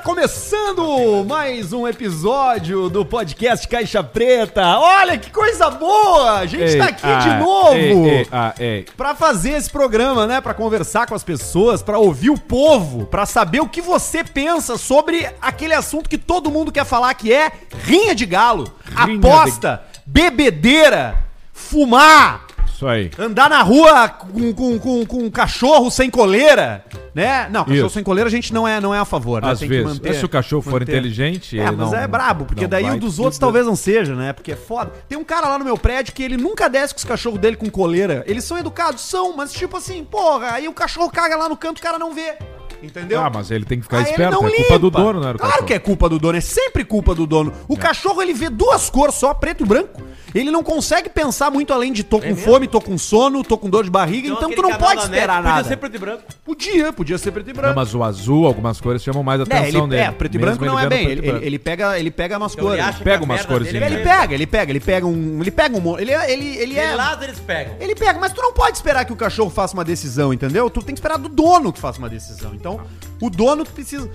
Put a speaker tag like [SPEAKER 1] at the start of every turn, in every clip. [SPEAKER 1] começando mais um episódio do podcast Caixa Preta. Olha que coisa boa! A gente
[SPEAKER 2] Ei,
[SPEAKER 1] tá aqui
[SPEAKER 2] ah,
[SPEAKER 1] de novo
[SPEAKER 2] Ei, ei, ah, ei.
[SPEAKER 1] pra fazer esse programa, né? Pra conversar com as pessoas, pra ouvir o povo, pra saber o que você pensa sobre aquele assunto que todo mundo quer falar, que é rinha de galo,
[SPEAKER 2] Rinha
[SPEAKER 1] aposta, bebedeira, fumar,
[SPEAKER 2] Isso aí.
[SPEAKER 1] Andar na rua com, com, com, com um cachorro sem coleira, né? Não, cachorro
[SPEAKER 2] Isso.
[SPEAKER 1] sem coleira a gente não é, não é a favor, né?
[SPEAKER 2] Às
[SPEAKER 1] Tem
[SPEAKER 2] vezes.
[SPEAKER 1] manter-
[SPEAKER 2] Se o cachorro for
[SPEAKER 1] manter.
[SPEAKER 2] inteligente,
[SPEAKER 1] É,
[SPEAKER 2] ele
[SPEAKER 1] mas
[SPEAKER 2] não-
[SPEAKER 1] é brabo, porque
[SPEAKER 2] não
[SPEAKER 1] daí
[SPEAKER 2] vai.
[SPEAKER 1] o dos outros talvez não seja, né? Porque é foda. Tem um cara lá no meu prédio que ele nunca desce com os cachorros dele com coleira. Eles são educados, são, mas tipo assim, porra, aí o cachorro caga lá no canto, o cara não vê. Entendeu?
[SPEAKER 2] Ah, mas ele tem que ficar
[SPEAKER 1] Aí ele
[SPEAKER 2] esperto. É
[SPEAKER 1] não
[SPEAKER 2] culpa do
[SPEAKER 1] limpa.
[SPEAKER 2] dono, né? É. do
[SPEAKER 1] Claro
[SPEAKER 2] cachorro.
[SPEAKER 1] que é culpa do dono, é sempre culpa do dono. O cachorro ele vê duas cores só, preto e branco. Ele não consegue pensar muito além de
[SPEAKER 3] É
[SPEAKER 1] tô com fome, tô com sono, tô com dor de barriga, então, tu não pode esperar nada.
[SPEAKER 3] né? Podia ser preto e branco.
[SPEAKER 1] Podia, podia ser preto e
[SPEAKER 2] Não,
[SPEAKER 1] branco.
[SPEAKER 2] mas o azul, algumas cores chamam mais a
[SPEAKER 1] é,
[SPEAKER 2] atenção
[SPEAKER 1] ele,
[SPEAKER 2] dele.
[SPEAKER 1] é, preto e
[SPEAKER 2] Mesmo
[SPEAKER 1] branco não é
[SPEAKER 2] vendo
[SPEAKER 1] bem.
[SPEAKER 2] preto e
[SPEAKER 1] Ele,
[SPEAKER 2] branco.
[SPEAKER 1] ele pega, ele pega umas
[SPEAKER 3] Então, ele
[SPEAKER 1] cores.
[SPEAKER 3] acha que
[SPEAKER 2] Pega
[SPEAKER 3] a
[SPEAKER 2] umas
[SPEAKER 3] merda
[SPEAKER 2] corzinhas.
[SPEAKER 3] dele
[SPEAKER 1] Ele
[SPEAKER 3] é-
[SPEAKER 1] pega, ele pega, ele pega um, ele pega um, mon- ele é- ele ele
[SPEAKER 3] De
[SPEAKER 1] é
[SPEAKER 3] lado eles pegam.
[SPEAKER 1] ele pega, mas tu não pode esperar que o cachorro faça uma decisão, entendeu? Tu tem que esperar do dono que faça uma decisão. Então, o dono precisa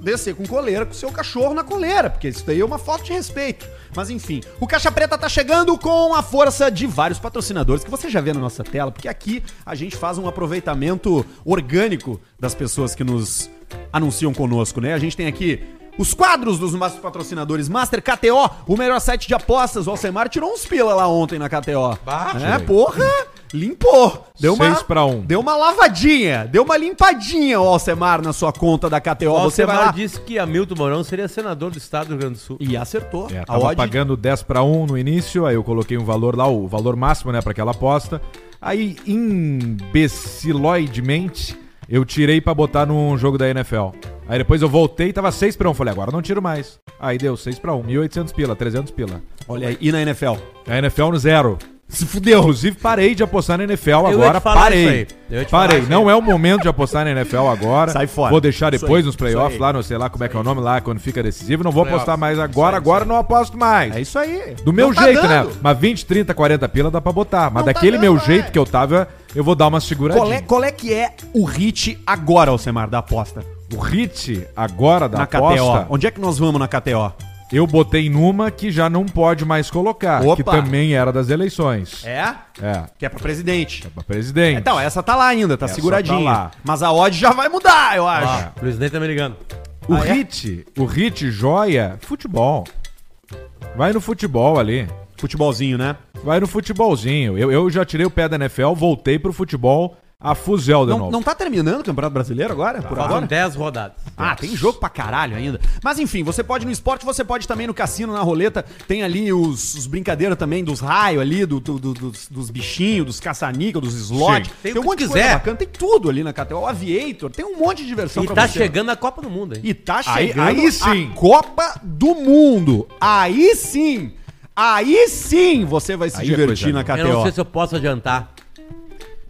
[SPEAKER 1] descer com coleira, com o seu cachorro na coleira, porque isso daí é uma falta de respeito. Mas enfim, o Caixa Preta tá chegando com a força de vários patrocinadores que você já vê na nossa tela, porque aqui a gente faz um aproveitamento orgânico das pessoas que nos anunciam conosco, né? A gente tem aqui os quadros dos nossos patrocinadores Master KTO, o melhor site de apostas. O Alcemar tirou uns pila lá ontem na KTO.
[SPEAKER 3] Bah,
[SPEAKER 1] é,
[SPEAKER 2] tirei.
[SPEAKER 1] porra! Limpou. Deu uma,
[SPEAKER 2] Seis pra um.
[SPEAKER 1] Deu uma lavadinha, deu uma limpadinha o Alcemar na sua conta da KTO.
[SPEAKER 3] O
[SPEAKER 1] Você vai lá.
[SPEAKER 3] disse que Hamilton Mourão seria senador do estado do Rio Grande do Sul.
[SPEAKER 1] E acertou.
[SPEAKER 2] É,
[SPEAKER 1] a
[SPEAKER 2] tava
[SPEAKER 1] odd
[SPEAKER 2] pagando 10 para 1 no início, aí eu coloquei um valor lá, o valor máximo, né, para aquela aposta. Aí, imbeciloidemente, eu tirei pra botar num jogo da NFL. Aí depois eu voltei e tava 6 para 1. Falei, agora não tiro mais. Aí deu um. 6 para 1, 1.800 pila, 300 pila.
[SPEAKER 1] Olha aí, e na NFL?
[SPEAKER 2] A NFL no zero.
[SPEAKER 1] Se fudeu.
[SPEAKER 2] Inclusive, parei de apostar na NFL
[SPEAKER 3] ia te
[SPEAKER 2] agora.
[SPEAKER 3] falar isso
[SPEAKER 2] Parei.
[SPEAKER 3] aí. Eu ia
[SPEAKER 2] Parei.
[SPEAKER 3] te falar isso
[SPEAKER 2] Não é o momento de apostar na NFL agora.
[SPEAKER 1] Sai fora.
[SPEAKER 2] Vou deixar
[SPEAKER 1] Isso
[SPEAKER 2] depois
[SPEAKER 1] aí.
[SPEAKER 2] nos playoffs
[SPEAKER 1] Isso aí.
[SPEAKER 2] lá, não sei lá como é que é o nome lá, quando fica decisivo. Não vou
[SPEAKER 3] Playoffs.
[SPEAKER 2] apostar mais agora. Agora não aposto mais.
[SPEAKER 1] É isso aí.
[SPEAKER 2] Do meu
[SPEAKER 1] Não tá
[SPEAKER 2] jeito,
[SPEAKER 1] dando.
[SPEAKER 2] né? Mas 20, 30, 40 pila dá pra botar. Mas
[SPEAKER 1] Não tá
[SPEAKER 2] daquele
[SPEAKER 1] dando,
[SPEAKER 2] meu
[SPEAKER 1] é.
[SPEAKER 2] jeito que eu tava, eu vou dar uma seguradinha.
[SPEAKER 1] Qual é, qual é que é o hit agora, Alcemar, da aposta?
[SPEAKER 2] O hit agora da
[SPEAKER 1] na
[SPEAKER 2] aposta,
[SPEAKER 1] KTO. Onde é que nós vamos na KTO?
[SPEAKER 2] eu botei numa que já não pode mais colocar,
[SPEAKER 1] Opa.
[SPEAKER 2] que também era das eleições. É,
[SPEAKER 1] É? Que é pra presidente.
[SPEAKER 2] pra presidente.
[SPEAKER 1] Então, essa tá lá ainda, tá
[SPEAKER 2] Essa
[SPEAKER 1] seguradinha.
[SPEAKER 2] tá lá.
[SPEAKER 1] Mas a odd já vai mudar, eu acho.
[SPEAKER 3] Ah, Luiz Ney tá me ligando.
[SPEAKER 2] o
[SPEAKER 1] ah, é?
[SPEAKER 2] hit, o hit joia, futebol. Vai no futebol ali.
[SPEAKER 1] Futebolzinho, né?
[SPEAKER 2] Vai no futebolzinho. Eu, eu já tirei o pé da NFL, voltei pro futebol a fuzel de
[SPEAKER 1] Não,
[SPEAKER 2] novo.
[SPEAKER 1] não tá terminando o Campeonato Brasileiro agora?
[SPEAKER 2] Tá.
[SPEAKER 1] Por
[SPEAKER 3] Foram
[SPEAKER 1] agora?
[SPEAKER 3] 10 rodadas.
[SPEAKER 1] Ah, tem jogo pra caralho ainda. Mas enfim, você pode no esporte, você pode também no cassino, na roleta. Tem ali os, os brincadeiras também dos raios ali, do, do- do- dos, dos bichinhos, dos caça-níquel, dos slot. um
[SPEAKER 3] Sim. Tem o que quiser.
[SPEAKER 1] bacana, tem tudo ali na KTO. O Aviator, tem um monte de diversão
[SPEAKER 3] E
[SPEAKER 1] pra
[SPEAKER 3] tá
[SPEAKER 1] você.
[SPEAKER 3] chegando a Copa do Mundo, hein?
[SPEAKER 1] E tá
[SPEAKER 2] Aí-
[SPEAKER 1] chegando
[SPEAKER 2] aí sim.
[SPEAKER 1] a Copa do Mundo. Aí sim. Aí sim você vai se
[SPEAKER 2] Aí é
[SPEAKER 1] divertir
[SPEAKER 2] coisa
[SPEAKER 1] na
[SPEAKER 3] Eu não sei
[SPEAKER 1] KTO.
[SPEAKER 3] se eu posso adiantar.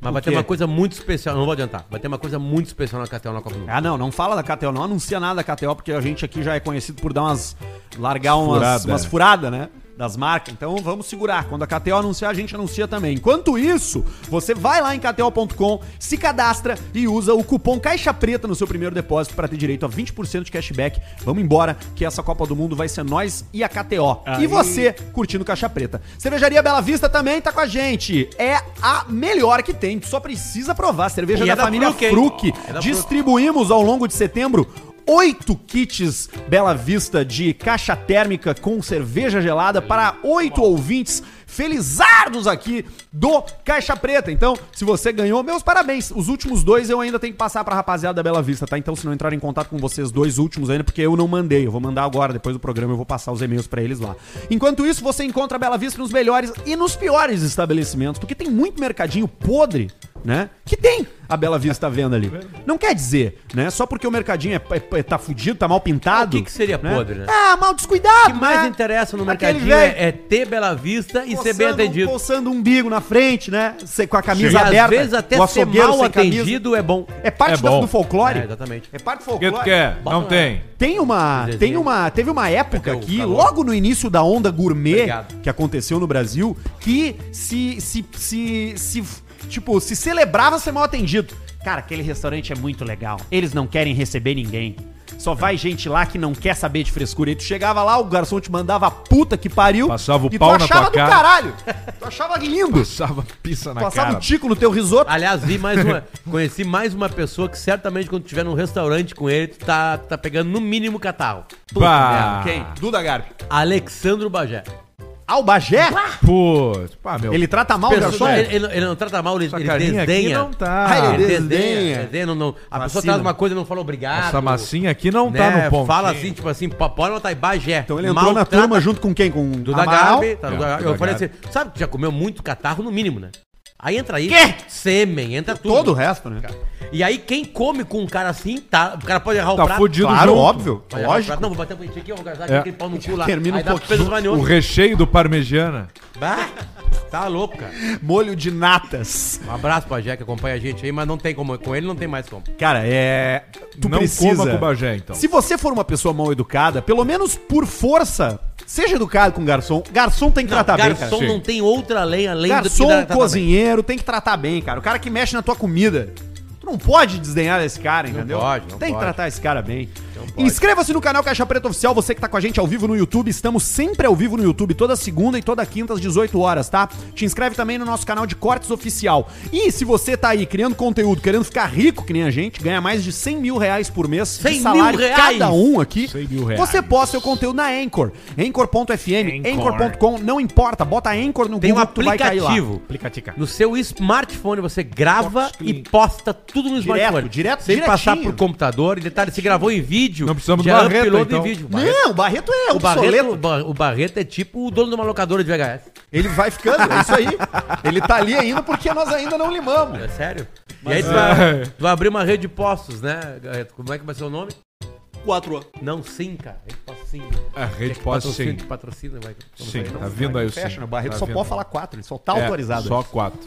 [SPEAKER 3] Mas vai ter
[SPEAKER 1] quê?
[SPEAKER 3] uma coisa muito especial. Não vou adiantar. Vai ter uma coisa muito especial na Catel na Copa do Mundo.
[SPEAKER 1] Ah, não, não fala da KTO, não anuncia nada da KTO, porque a gente aqui já é conhecido por dar umas. largar umas furadas,
[SPEAKER 2] Furada.
[SPEAKER 1] umas furada, né? Das marcas. Então vamos segurar. Quando a KTO anunciar, a gente anuncia também. Enquanto isso, você vai lá em KTO.com, se cadastra e usa o cupom Caixa Preta no seu primeiro depósito para ter direito a 20% de cashback. Vamos embora, que essa Copa do Mundo vai ser nós e a KTO. E você curtindo Caixa Preta. Cervejaria Bela Vista também tá com a gente. É a melhor que tem. Tu só precisa provar. Cerveja
[SPEAKER 3] E
[SPEAKER 1] da,
[SPEAKER 3] é da
[SPEAKER 1] família
[SPEAKER 3] Fruc, hein?
[SPEAKER 1] Fruc.
[SPEAKER 3] É da
[SPEAKER 1] Diz- Distribuímos ao longo de setembro oito kits Bela Vista de caixa térmica com cerveja gelada para oito ouvintes felizardos aqui do Caixa Preta. Então, se você ganhou, meus parabéns. Os últimos dois eu ainda tenho que passar para rapaziada da Bela Vista, tá? Então, se não entrar em contato com vocês dois últimos ainda, porque eu não mandei, eu vou mandar agora depois do programa, eu vou passar os e-mails para eles lá. Enquanto isso, você encontra a Bela Vista nos melhores e nos piores estabelecimentos, porque tem muito mercadinho podre, né? Que tem a Bela Vista à venda ali. Não quer dizer, né? Só porque o mercadinho é, é- é- tá fudido, tá mal pintado.
[SPEAKER 3] O que que seria podre, né?
[SPEAKER 1] Ah, mal
[SPEAKER 3] O
[SPEAKER 1] descuidado.
[SPEAKER 3] que mais
[SPEAKER 1] né?
[SPEAKER 3] interessa no
[SPEAKER 1] Aquele
[SPEAKER 3] mercadinho
[SPEAKER 1] velho
[SPEAKER 3] é, é ter Bela Vista e ser bem
[SPEAKER 1] coçando-
[SPEAKER 3] atendido.
[SPEAKER 1] Coçando o umbigo na frente, né? Se- Com a camisa
[SPEAKER 3] E
[SPEAKER 1] aberta.
[SPEAKER 3] às vezes até
[SPEAKER 1] o
[SPEAKER 3] ser
[SPEAKER 1] açougueiro
[SPEAKER 3] mal
[SPEAKER 1] sem camisa.
[SPEAKER 3] atendido é bom.
[SPEAKER 1] É parte
[SPEAKER 2] É
[SPEAKER 1] da-
[SPEAKER 2] bom.
[SPEAKER 1] do folclore.
[SPEAKER 3] É, exatamente.
[SPEAKER 1] É parte do
[SPEAKER 2] O que tu
[SPEAKER 1] folclore.
[SPEAKER 2] quer? Não tem.
[SPEAKER 1] Tem uma,
[SPEAKER 3] Desenho.
[SPEAKER 1] tem uma, teve uma época
[SPEAKER 3] Cadê o
[SPEAKER 1] aqui,
[SPEAKER 3] calor?
[SPEAKER 1] logo no início da onda gourmet
[SPEAKER 3] Obrigado.
[SPEAKER 1] que aconteceu no Brasil, que se, se, se, se, tipo, se celebrava ser mal atendido. Cara, aquele restaurante é muito legal. Eles não querem receber ninguém. Só vai gente lá que não quer saber de frescura. E tu chegava lá, o garçom te mandava a puta que pariu.
[SPEAKER 2] Passava o
[SPEAKER 1] e
[SPEAKER 2] pau
[SPEAKER 1] tu
[SPEAKER 2] na
[SPEAKER 1] achava
[SPEAKER 2] tua
[SPEAKER 1] do
[SPEAKER 2] cara.
[SPEAKER 1] caralho. Tu achava Tá lindo.
[SPEAKER 2] Passava pizza na
[SPEAKER 1] Passava
[SPEAKER 2] cara.
[SPEAKER 1] um tico no teu risoto.
[SPEAKER 3] Aliás, vi mais uma. Conheci mais uma pessoa que certamente quando tiver num restaurante com ele, tu tá, tá pegando no mínimo catarro.
[SPEAKER 2] Bah.
[SPEAKER 1] Quem? Duda Garbi.
[SPEAKER 3] Alexandro Bagé.
[SPEAKER 1] Ah, o Bagé?
[SPEAKER 2] Putz, pá, meu.
[SPEAKER 1] Ele trata mal o garçom?
[SPEAKER 3] Pessoa- ele, ele- ele não trata mal, ele,
[SPEAKER 2] Essa
[SPEAKER 3] ele
[SPEAKER 2] carinha aqui
[SPEAKER 3] desdenha.
[SPEAKER 2] não tá.
[SPEAKER 1] Ah, ele
[SPEAKER 3] Ele
[SPEAKER 1] desdenha.
[SPEAKER 3] desdenha. desdenha, não- não- a
[SPEAKER 1] Vacina.
[SPEAKER 3] pessoa traz uma coisa e não fala obrigado.
[SPEAKER 2] Essa massinha aqui não tá
[SPEAKER 3] né?
[SPEAKER 2] no ponto.
[SPEAKER 3] Fala assim, tipo assim, "Pô, pode notar, aí, Bagé.
[SPEAKER 1] Então ele entrou na
[SPEAKER 3] maltrata
[SPEAKER 1] turma junto com quem? Com o
[SPEAKER 3] Duda
[SPEAKER 1] Amaral?
[SPEAKER 3] Garbi, tá, Duda
[SPEAKER 2] É,
[SPEAKER 3] Garbi.
[SPEAKER 2] Duda
[SPEAKER 3] Eu falei assim,
[SPEAKER 2] Garbi.
[SPEAKER 3] sabe que já comeu muito catarro no mínimo, né? Aí entra aí,
[SPEAKER 1] Quê?
[SPEAKER 3] sêmen, entra tudo.
[SPEAKER 1] Todo o resto, né?
[SPEAKER 3] E aí quem come com um cara assim, tá, o cara pode errar o
[SPEAKER 2] Tá
[SPEAKER 3] prato.
[SPEAKER 2] fudido
[SPEAKER 1] Claro,
[SPEAKER 2] junto.
[SPEAKER 1] óbvio.
[SPEAKER 3] Pode errar o
[SPEAKER 1] Lógico.
[SPEAKER 3] prato. Não, vou bater um peitinho aqui, eu vou gastar
[SPEAKER 2] É.
[SPEAKER 3] aquele pau no cu lá.
[SPEAKER 1] Termina um
[SPEAKER 3] Aí dá
[SPEAKER 1] pouquinho.
[SPEAKER 3] peso pra
[SPEAKER 2] O
[SPEAKER 3] nenhum.
[SPEAKER 2] recheio do parmegiana.
[SPEAKER 3] Bah, Tá louco, cara.
[SPEAKER 1] Molho de natas.
[SPEAKER 3] Um abraço pra Jé que acompanha a gente aí, mas não tem como. Com ele não tem mais como.
[SPEAKER 1] Cara, é. Tu
[SPEAKER 2] Não
[SPEAKER 1] precisa.
[SPEAKER 2] coma com o Bagé, então.
[SPEAKER 1] Se você for uma pessoa mal educada, pelo menos por força, seja educado com o garçom. Garçom tem que tratar Tá, bem, cara.
[SPEAKER 3] garçom
[SPEAKER 2] Sim.
[SPEAKER 3] não tem outra lei além
[SPEAKER 1] Garçom,
[SPEAKER 3] que dá- tá tratar
[SPEAKER 1] cozinheiro, tem que tratar bem, cara. O cara que mexe na tua comida. Tu não pode desdenhar desse cara, entendeu?
[SPEAKER 3] pode, não
[SPEAKER 1] tem que
[SPEAKER 3] pode.
[SPEAKER 1] tratar esse cara bem.
[SPEAKER 3] pode.
[SPEAKER 1] Inscreva-se no canal Caixa Preta Oficial, você que tá com a gente ao vivo no YouTube. Estamos sempre ao vivo no YouTube, toda segunda e toda quinta às 18 horas, tá? Te inscreve também no nosso canal de cortes oficial. E se você tá aí criando conteúdo, querendo ficar rico que nem a gente, ganha mais de 100 mil reais por mês de
[SPEAKER 3] 100 mil
[SPEAKER 1] salário
[SPEAKER 3] reais!
[SPEAKER 1] cada um aqui,
[SPEAKER 2] 100 mil reais.
[SPEAKER 1] você posta seu conteúdo na Anchor. Anchor.fm,
[SPEAKER 2] Anchor.
[SPEAKER 1] Anchor.com, não importa, bota Anchor no
[SPEAKER 3] Tem um
[SPEAKER 1] Google que tu vai cair lá.
[SPEAKER 3] aplicativo.
[SPEAKER 2] Aplicatica.
[SPEAKER 3] No seu smartphone você grava
[SPEAKER 2] Toque
[SPEAKER 3] e posta tudo no
[SPEAKER 1] Direto,
[SPEAKER 3] smartphone.
[SPEAKER 1] direto,
[SPEAKER 3] Sem
[SPEAKER 1] direitinho.
[SPEAKER 3] passar por computador. E detalhe, se gravou em vídeo.
[SPEAKER 2] Não precisamos do
[SPEAKER 3] já
[SPEAKER 2] Barreto,
[SPEAKER 3] upload
[SPEAKER 2] então.
[SPEAKER 3] em vídeo.
[SPEAKER 1] Não, o Barreto é
[SPEAKER 3] O Barreto, o Ba- o Barreto é tipo o dono de uma locadora de VHS.
[SPEAKER 1] Ele vai ficando, é isso aí. Ele tá ali ainda porque nós ainda não limamos.
[SPEAKER 3] É sério? e aí tu vai, tu vai abrir uma rede de postos, né? Barreto? Como é que vai ser o nome?
[SPEAKER 1] Quatro.
[SPEAKER 3] Não, sim, cara. Rede Postos sim.
[SPEAKER 2] A rede
[SPEAKER 3] Que
[SPEAKER 2] pode sim.
[SPEAKER 3] patrocínio, Patrocina, vai. vamos
[SPEAKER 2] Sim,
[SPEAKER 3] aí, não.
[SPEAKER 2] tá vindo aí o sim.
[SPEAKER 1] Fecha, né? O Barreto
[SPEAKER 2] Tá
[SPEAKER 1] só
[SPEAKER 2] vindo.
[SPEAKER 1] pode falar quatro, ele só tá
[SPEAKER 2] É,
[SPEAKER 1] autorizado.
[SPEAKER 2] Só quatro.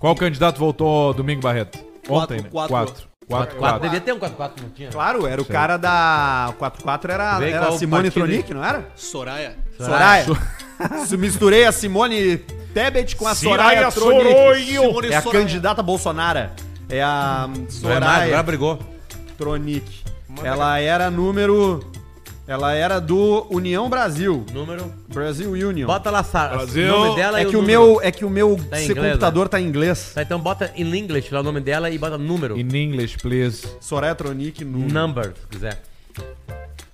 [SPEAKER 2] Qual candidato voltou domingo, Barreto? Ontem, né?
[SPEAKER 1] quatro.
[SPEAKER 2] Quatro. Quatro,
[SPEAKER 3] Quatro,
[SPEAKER 2] quatro.
[SPEAKER 3] Devia ter um 4-4, não tinha?
[SPEAKER 1] Claro, era o cara da. O 4x4 era,
[SPEAKER 3] Vê
[SPEAKER 1] era a
[SPEAKER 3] qual
[SPEAKER 1] Simone
[SPEAKER 3] partido,
[SPEAKER 1] Tronic, não era?
[SPEAKER 4] Soraya.
[SPEAKER 1] Soraya. Se Misturei a Simone Tebet com a Soraya,
[SPEAKER 2] Soraya
[SPEAKER 1] Tronic.
[SPEAKER 2] Soronho.
[SPEAKER 1] Simone é a
[SPEAKER 4] Soraya.
[SPEAKER 1] candidata Bolsonaro. É a hum,
[SPEAKER 3] Não é mais,
[SPEAKER 1] Soraya
[SPEAKER 3] agora brigou.
[SPEAKER 1] Tronic. Ela era número. Ela era do União Brasil.
[SPEAKER 3] Número.
[SPEAKER 1] Brasil Union.
[SPEAKER 3] Bota lá, Sara.
[SPEAKER 2] Brasil.
[SPEAKER 3] O nome dela
[SPEAKER 1] É
[SPEAKER 3] e
[SPEAKER 1] que o
[SPEAKER 3] número.
[SPEAKER 1] meu, é que o meu
[SPEAKER 3] Tá em
[SPEAKER 1] se-
[SPEAKER 3] inglês,
[SPEAKER 1] computador tá em inglês.
[SPEAKER 3] Tá, então bota in English lá o nome dela e bota número.
[SPEAKER 2] In English, please.
[SPEAKER 1] Soraya Tronic no.
[SPEAKER 3] Number, se quiser.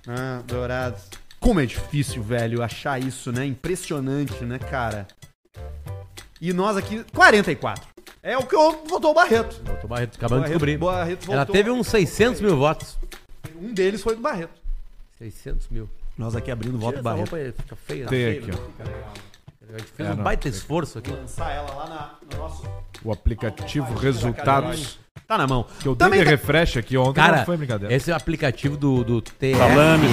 [SPEAKER 1] Ah, dourados. Como é difícil, velho, achar isso, né? Impressionante, né, cara? E nós aqui, 44. É o que eu votou o Barreto.
[SPEAKER 3] Botou Barreto, acabando de
[SPEAKER 1] Barreto-
[SPEAKER 3] descobrir.
[SPEAKER 1] Barreto
[SPEAKER 3] Ela
[SPEAKER 1] voltou.
[SPEAKER 3] teve um- uns 600 mil votos.
[SPEAKER 1] Um deles foi do Barreto.
[SPEAKER 3] 600 mil.
[SPEAKER 1] Nós aqui abrindo o voto
[SPEAKER 3] Tira
[SPEAKER 1] do
[SPEAKER 3] essa
[SPEAKER 1] Barreto.
[SPEAKER 3] roupa aí, fica feia.
[SPEAKER 2] Tem
[SPEAKER 3] feia,
[SPEAKER 2] aqui,
[SPEAKER 3] não
[SPEAKER 2] ó.
[SPEAKER 3] fica legal. A gente fez
[SPEAKER 2] É,
[SPEAKER 3] um
[SPEAKER 2] não,
[SPEAKER 3] baita
[SPEAKER 2] tem
[SPEAKER 3] esforço aqui.
[SPEAKER 1] Lançar ela lá na- no nosso.
[SPEAKER 2] O aplicativo Resultados.
[SPEAKER 1] Tá na mão.
[SPEAKER 2] Que eu dei
[SPEAKER 1] Também
[SPEAKER 2] de
[SPEAKER 1] tá...
[SPEAKER 2] refresh aqui ontem,
[SPEAKER 3] Cara,
[SPEAKER 2] não foi brincadeira.
[SPEAKER 3] esse é aplicativo do, do TSE.
[SPEAKER 4] Salame.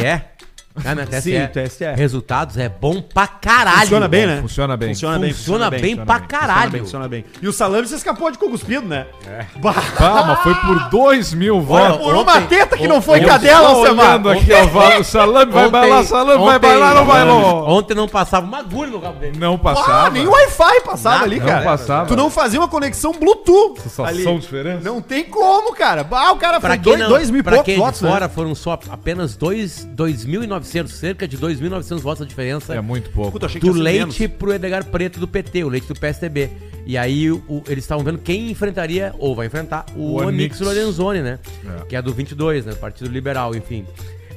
[SPEAKER 3] Ah, não, TSE.
[SPEAKER 1] Sim, TSE.
[SPEAKER 3] Resultados é bom pra caralho.
[SPEAKER 1] Funciona bem,
[SPEAKER 3] irmão.
[SPEAKER 1] né?
[SPEAKER 2] Funciona bem.
[SPEAKER 1] Funciona bem.
[SPEAKER 3] Funciona, bem,
[SPEAKER 2] funciona
[SPEAKER 3] pra
[SPEAKER 2] bem,
[SPEAKER 1] Funciona
[SPEAKER 3] caralho.
[SPEAKER 1] bem, funciona bem. E o salame se escapou de cu cuspido, né? É. Bah.
[SPEAKER 2] Pá, Ah, mas foi por dois mil
[SPEAKER 3] Olha,
[SPEAKER 2] votos.
[SPEAKER 1] Por uma
[SPEAKER 3] Ontem-
[SPEAKER 1] teta que não foi
[SPEAKER 2] Eu
[SPEAKER 1] cadela,
[SPEAKER 2] estou
[SPEAKER 1] Alcemar.
[SPEAKER 2] olhando aqui, ó, vai- o salame vai
[SPEAKER 3] Ontem-
[SPEAKER 2] bailar, salame vai
[SPEAKER 3] ontem-
[SPEAKER 2] bailar, não vai
[SPEAKER 3] Ontem
[SPEAKER 2] não.
[SPEAKER 3] ontem não passava uma agulha no rabo dele.
[SPEAKER 2] Não passava.
[SPEAKER 1] Ah, nem Wi-Fi passava
[SPEAKER 3] Nada,
[SPEAKER 1] ali,
[SPEAKER 2] não
[SPEAKER 1] cara.
[SPEAKER 2] passava.
[SPEAKER 1] Tu não fazia uma conexão Bluetooth.
[SPEAKER 2] Sensação
[SPEAKER 1] ali.
[SPEAKER 2] diferente.
[SPEAKER 1] Não tem como, cara. Ah, o cara
[SPEAKER 3] Pra
[SPEAKER 1] foi
[SPEAKER 3] quem,
[SPEAKER 1] dois,
[SPEAKER 3] não,
[SPEAKER 1] dois mil e
[SPEAKER 3] pra
[SPEAKER 1] poucos
[SPEAKER 3] quem é de
[SPEAKER 1] votos, né?
[SPEAKER 3] fora foram só apenas dois- 2.900, cerca de 2.900 votos a diferença
[SPEAKER 2] É muito pouco.
[SPEAKER 1] Puta, achei que
[SPEAKER 3] do
[SPEAKER 1] tinha sido
[SPEAKER 3] leite
[SPEAKER 1] menos.
[SPEAKER 3] pro Edgar Preto do PT, o leite do PSDB. E aí o- eles estavam vendo quem enfrentaria, ou vai enfrentar, o,
[SPEAKER 2] O Onix.
[SPEAKER 3] Onix Lorenzoni, né?
[SPEAKER 2] É.
[SPEAKER 3] Que é do 22, né? Partido Liberal, enfim.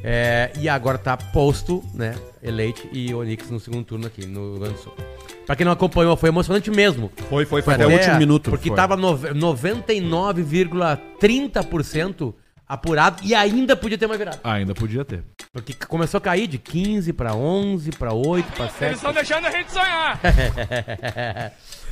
[SPEAKER 3] É, e agora tá posto, né? Eleite e Onix no segundo turno aqui no Rio Grande do Sul. Pra quem não acompanhou, foi emocionante mesmo. é,
[SPEAKER 1] Foi, foi, foi. Até o último é minuto.
[SPEAKER 3] Porque
[SPEAKER 2] Foi.
[SPEAKER 3] tava nove- 99,30% apurado e ainda podia ter uma virada.
[SPEAKER 2] Ainda podia ter.
[SPEAKER 3] Porque começou a cair de 15 pra 11, pra 8, pra 7.
[SPEAKER 4] Eles estão deixando a gente sonhar.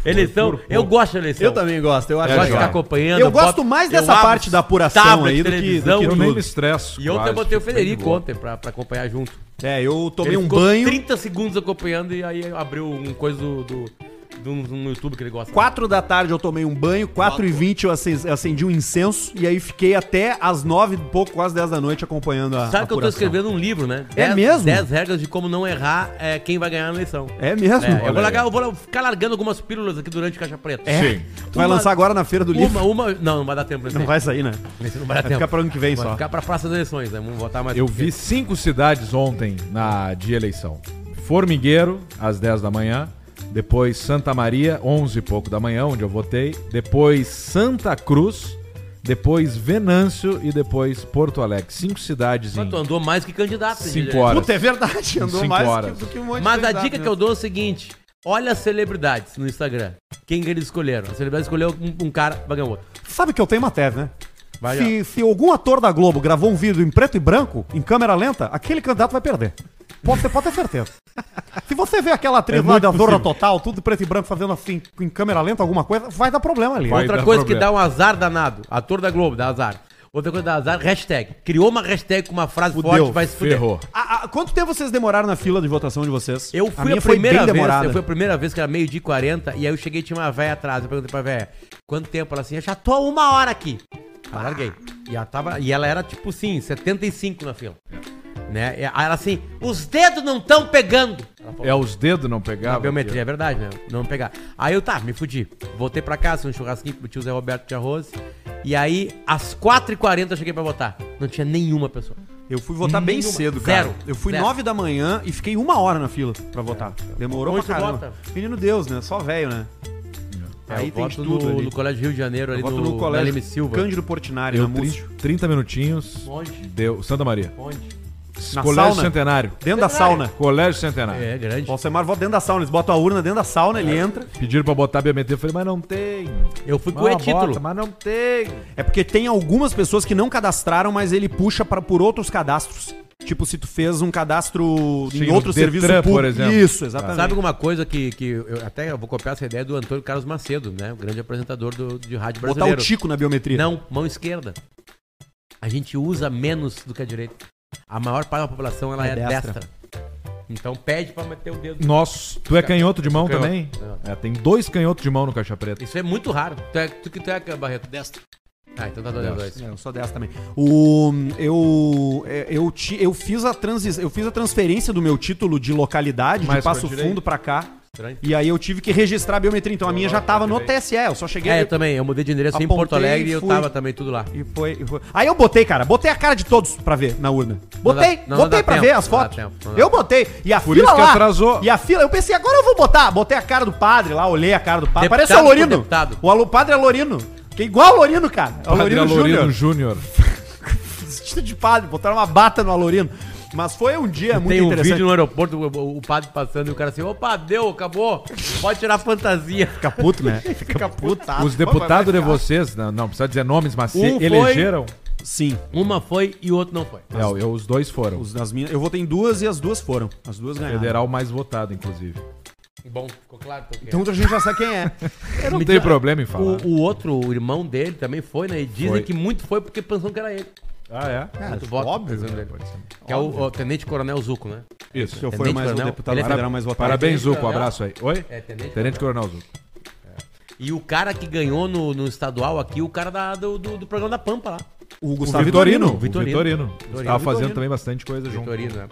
[SPEAKER 3] Eleição, eu gosto da eleição.
[SPEAKER 1] Eu também gosto, eu acho
[SPEAKER 3] Eu gosto de
[SPEAKER 1] legal.
[SPEAKER 3] ficar acompanhando.
[SPEAKER 1] Eu
[SPEAKER 3] boto-
[SPEAKER 1] gosto mais dessa
[SPEAKER 3] eu abro
[SPEAKER 1] parte da apuração
[SPEAKER 3] tablet,
[SPEAKER 1] aí do que, do
[SPEAKER 3] televisão,
[SPEAKER 1] que
[SPEAKER 2] Eu nem me
[SPEAKER 1] tudo.
[SPEAKER 2] estresso.
[SPEAKER 3] E ontem eu
[SPEAKER 2] quase,
[SPEAKER 3] botei o
[SPEAKER 2] fico bem de
[SPEAKER 3] Federico
[SPEAKER 2] boa.
[SPEAKER 3] ontem pra, pra acompanhar junto.
[SPEAKER 1] É, eu tomei
[SPEAKER 3] Ele
[SPEAKER 1] um
[SPEAKER 3] ficou
[SPEAKER 1] banho.
[SPEAKER 3] 30 segundos acompanhando e aí abriu um coisa do, do, de um, de um YouTube que ele gosta.
[SPEAKER 1] Quatro da tarde eu tomei um banho, quatro e vinte eu acen- eu acendi um incenso e aí fiquei até às nove e pouco, quase dez da noite acompanhando a
[SPEAKER 3] Sabe que eu tô
[SPEAKER 1] apuração.
[SPEAKER 3] escrevendo um livro, né?
[SPEAKER 1] É
[SPEAKER 3] Dez-
[SPEAKER 1] mesmo?
[SPEAKER 3] 10 regras de como não errar é, quem vai ganhar na eleição.
[SPEAKER 1] É mesmo?
[SPEAKER 3] É, eu,
[SPEAKER 1] Olha
[SPEAKER 3] vou
[SPEAKER 1] aí.
[SPEAKER 3] largar- eu vou ficar largando algumas pílulas aqui durante o Caixa Preta.
[SPEAKER 1] É?
[SPEAKER 2] Sim.
[SPEAKER 1] Tu vai
[SPEAKER 3] Uma-
[SPEAKER 1] lançar agora na feira do livro?
[SPEAKER 3] Uma, uma. Não, não vai dar tempo nesse
[SPEAKER 1] Não vai sair, né?
[SPEAKER 3] Esse não vai dar
[SPEAKER 1] Vai
[SPEAKER 3] tempo.
[SPEAKER 1] ficar pro ano que vem
[SPEAKER 3] Vai
[SPEAKER 1] só.
[SPEAKER 3] ficar pra praça das eleições, né? Vamos votar mais.
[SPEAKER 2] Eu vi cinco cidades ontem na de eleição. Formigueiro, às 10 da manhã. Depois Santa Maria, 11 e pouco da manhã, onde eu votei. Depois Santa Cruz. Depois Venâncio e depois Porto Alegre. Cinco cidades
[SPEAKER 3] Mas
[SPEAKER 2] em
[SPEAKER 3] tu andou mais que candidato. hein,
[SPEAKER 2] Cinco
[SPEAKER 3] Guilherme?
[SPEAKER 2] horas.
[SPEAKER 1] Puta, é verdade, andou
[SPEAKER 2] Cinco
[SPEAKER 1] mais
[SPEAKER 2] horas.
[SPEAKER 1] Que, do que um monte de
[SPEAKER 3] Mas a
[SPEAKER 1] candidato
[SPEAKER 3] dica que
[SPEAKER 1] mesmo.
[SPEAKER 3] eu dou é o seguinte: olha as celebridades no Instagram. Quem que eles escolheram? A celebridade escolheu um, um cara, vai ganhar outro.
[SPEAKER 1] Sabe que eu tenho uma tese, né?
[SPEAKER 3] Vai,
[SPEAKER 1] se, se algum ator da Globo gravou um vídeo em preto e branco, em câmera lenta, aquele candidato vai perder. Pode ter, pode ter certeza. Se você vê aquela
[SPEAKER 3] É
[SPEAKER 1] atriz lá
[SPEAKER 2] muito
[SPEAKER 1] da Zorra
[SPEAKER 2] possível.
[SPEAKER 1] Total, tudo em preto e branco, fazendo assim, em câmera lenta, alguma coisa, vai dar problema ali.
[SPEAKER 2] Vai.
[SPEAKER 3] Outra
[SPEAKER 2] dar
[SPEAKER 3] coisa que
[SPEAKER 2] problema.
[SPEAKER 3] dá um azar danado: ator da Globo, dá azar. Outra coisa que dá azar, hashtag. Criou uma hashtag com uma frase
[SPEAKER 1] Fudeu,
[SPEAKER 3] forte, vai se fuder.
[SPEAKER 2] Ferrou.
[SPEAKER 1] A- a- quanto tempo vocês demoraram na fila de votação de vocês?
[SPEAKER 3] Eu fui a,
[SPEAKER 1] minha foi bem
[SPEAKER 3] primeira vez,
[SPEAKER 1] demorada.
[SPEAKER 3] eu fui a primeira vez que era meio dia e 40, e aí eu cheguei e tinha uma véia atrás, eu perguntei pra véia, quanto tempo? Ela assim, eu já tô uma hora aqui. Ela larguei. E ela tava, e ela era tipo assim, 75 na fila. Né? E Aí ela assim, os dedos não estão pegando. Ela falou,
[SPEAKER 2] É os dedos não
[SPEAKER 3] a
[SPEAKER 1] Ah,
[SPEAKER 2] pegavam.
[SPEAKER 3] biometria, é verdade,
[SPEAKER 1] Tá
[SPEAKER 3] né? Não pegar. Aí eu, tá, me fudi. Voltei pra casa, um churrasquinho pro tio Zé Roberto de arroz. E aí, às 4h40 eu cheguei pra votar. Não tinha nenhuma pessoa.
[SPEAKER 1] Eu fui votar bem
[SPEAKER 3] Nenhuma.
[SPEAKER 1] cedo, cara.
[SPEAKER 3] Zero.
[SPEAKER 1] Eu fui
[SPEAKER 3] Zero. Tá.
[SPEAKER 1] nove da manhã e fiquei uma hora na fila pra votar. Demorou
[SPEAKER 3] Onde
[SPEAKER 1] pra
[SPEAKER 3] tu
[SPEAKER 1] caramba.
[SPEAKER 3] vota?
[SPEAKER 1] Menino Deus, né? Só velho, né? Aí
[SPEAKER 3] eu
[SPEAKER 1] tem
[SPEAKER 3] voto
[SPEAKER 1] de tudo
[SPEAKER 3] no,
[SPEAKER 1] ali.
[SPEAKER 3] no Colégio Rio de Janeiro,
[SPEAKER 1] Eu
[SPEAKER 3] ali
[SPEAKER 1] voto
[SPEAKER 3] no,
[SPEAKER 1] no
[SPEAKER 3] no
[SPEAKER 1] colégio
[SPEAKER 3] LM Silva.
[SPEAKER 1] Cândido Portinari,
[SPEAKER 2] Eu,
[SPEAKER 1] na Múcio.
[SPEAKER 2] 30, 30 minutinhos.
[SPEAKER 3] Onde?
[SPEAKER 2] Deu. Santa Maria.
[SPEAKER 3] Onde?
[SPEAKER 1] Na
[SPEAKER 2] Colégio
[SPEAKER 1] sauna?
[SPEAKER 2] Centenário.
[SPEAKER 1] Dentro da sauna.
[SPEAKER 2] Colégio Centenário.
[SPEAKER 3] É, grande.
[SPEAKER 1] O Alcemar vota dentro da sauna. Eles botam a urna dentro da sauna,
[SPEAKER 3] É.
[SPEAKER 1] ele entra.
[SPEAKER 2] Pediram pra botar a biometria. Eu falei, mas não tem.
[SPEAKER 3] Eu fui com
[SPEAKER 2] Mas
[SPEAKER 3] o
[SPEAKER 2] bota,
[SPEAKER 3] título.
[SPEAKER 2] Mas não tem.
[SPEAKER 1] É porque tem algumas pessoas que não cadastraram, mas ele puxa pra, por outros cadastros. Tipo, se tu fez um cadastro
[SPEAKER 2] Sim,
[SPEAKER 1] em
[SPEAKER 2] no
[SPEAKER 1] outro serviço
[SPEAKER 2] Detran, por
[SPEAKER 1] público.
[SPEAKER 2] exemplo.
[SPEAKER 1] Isso, exatamente.
[SPEAKER 3] Tá. Sabe alguma coisa que, que eu até eu vou copiar essa ideia do Antônio Carlos Macedo, né? O grande apresentador do, de rádio
[SPEAKER 1] Botar
[SPEAKER 3] brasileiro.
[SPEAKER 1] o tico na biometria.
[SPEAKER 3] Não, mão esquerda. A gente usa menos do que a direita. A maior parte da população ela é,
[SPEAKER 1] É
[SPEAKER 3] destra.
[SPEAKER 1] destra.
[SPEAKER 3] Então pede pra meter o dedo.
[SPEAKER 2] Nós. Tu é canhoto de mão
[SPEAKER 3] Canhoto.
[SPEAKER 2] também? É, tem dois canhotos de mão no caixa preta.
[SPEAKER 3] Isso é muito raro. Tu, é, tu que tu é, Barreto? Destro. Ah, então tá dois a dois.
[SPEAKER 1] É, eu sou dessa também. O, eu, é, eu, ti- eu, fiz a transi, eu fiz a transferência do meu título de localidade,
[SPEAKER 2] Mais
[SPEAKER 1] de Passo
[SPEAKER 2] pra direita.
[SPEAKER 1] Fundo pra cá.
[SPEAKER 3] Estranho.
[SPEAKER 1] E aí eu tive que registrar a biometria. Então a minha já tava no TSE, eu só cheguei.
[SPEAKER 3] É, eu também. Eu mudei de endereço em
[SPEAKER 1] Apontei
[SPEAKER 3] Porto Alegre e
[SPEAKER 1] e
[SPEAKER 3] eu
[SPEAKER 1] fui.
[SPEAKER 3] tava também tudo lá.
[SPEAKER 1] E foi, e foi. Aí eu botei, cara. Botei a cara de todos pra ver na urna. Botei,
[SPEAKER 3] dá- não, não
[SPEAKER 1] botei
[SPEAKER 3] dá
[SPEAKER 1] pra
[SPEAKER 3] tempo,
[SPEAKER 1] ver as
[SPEAKER 3] não dá
[SPEAKER 1] fotos.
[SPEAKER 3] tempo, não dá
[SPEAKER 1] eu botei. E a
[SPEAKER 2] Por
[SPEAKER 1] fila
[SPEAKER 2] isso que
[SPEAKER 1] lá.
[SPEAKER 2] atrasou.
[SPEAKER 1] E a fila, eu pensei, agora eu vou botar. Botei a cara do padre lá, olhei a cara do padre.
[SPEAKER 3] Deputado
[SPEAKER 1] Parece o
[SPEAKER 3] por
[SPEAKER 1] Lorino.
[SPEAKER 3] deputado.
[SPEAKER 1] O alu- padre é Lorino. Que é igual o Lorino, cara. É o
[SPEAKER 2] Padre
[SPEAKER 1] Lorino Júnior.
[SPEAKER 2] Alorino Júnior.
[SPEAKER 1] Vestido de padre, botaram uma bata no Alorino. Mas foi um dia muito
[SPEAKER 3] Tem um
[SPEAKER 1] interessante.
[SPEAKER 3] vídeo no aeroporto, o, o- o padre passando e o cara assim, opa, deu, acabou. Pode tirar a fantasia.
[SPEAKER 1] Fica puto, né? Fica putado.
[SPEAKER 2] Os deputados de vocês, não, não precisa dizer nomes, mas se
[SPEAKER 3] Um foi-
[SPEAKER 2] elegeram.
[SPEAKER 1] Sim.
[SPEAKER 3] Uma foi e o outro não foi.
[SPEAKER 2] É, eu- os dois foram.
[SPEAKER 1] Os, as minhas, eu votei em duas e as duas foram. As duas ganharam.
[SPEAKER 2] Federal mais votado, inclusive.
[SPEAKER 3] Bom, ficou claro. porque-
[SPEAKER 1] Então a gente já sabe quem é.
[SPEAKER 2] Eu não
[SPEAKER 3] Me
[SPEAKER 2] tenho
[SPEAKER 3] diz-
[SPEAKER 2] problema em falar.
[SPEAKER 3] O, o outro, o irmão dele também foi, né? E dizem
[SPEAKER 2] Foi.
[SPEAKER 3] que muito foi porque pensou que era ele.
[SPEAKER 2] Ah, é?
[SPEAKER 1] Cara,
[SPEAKER 3] Muito voto,
[SPEAKER 1] óbvio,
[SPEAKER 3] pensando
[SPEAKER 1] né?
[SPEAKER 3] nele. Que é o, o Tenente Coronel Zuco, né?
[SPEAKER 2] Isso.
[SPEAKER 1] Eu fui o mais o
[SPEAKER 3] Coronel.
[SPEAKER 1] deputado
[SPEAKER 3] Ele é-
[SPEAKER 1] federal mais votado.
[SPEAKER 2] Parabéns,
[SPEAKER 3] Tenente
[SPEAKER 2] Zuco. Um
[SPEAKER 3] Coronel.
[SPEAKER 2] abraço aí. Oi?
[SPEAKER 3] É, Tenente
[SPEAKER 2] Tenente Coronel Zuco.
[SPEAKER 3] E o cara que ganhou no, no estadual aqui, o cara da- do, do, do programa da Pampa lá.
[SPEAKER 1] O
[SPEAKER 2] O
[SPEAKER 1] Gustavo Vitorino.
[SPEAKER 2] Vitorino. O
[SPEAKER 3] Vitorino.
[SPEAKER 2] Vitorino.
[SPEAKER 3] Vitorino.
[SPEAKER 2] Estava fazendo
[SPEAKER 1] Vitorino.
[SPEAKER 2] também bastante coisa junto.
[SPEAKER 3] Vitorino, né?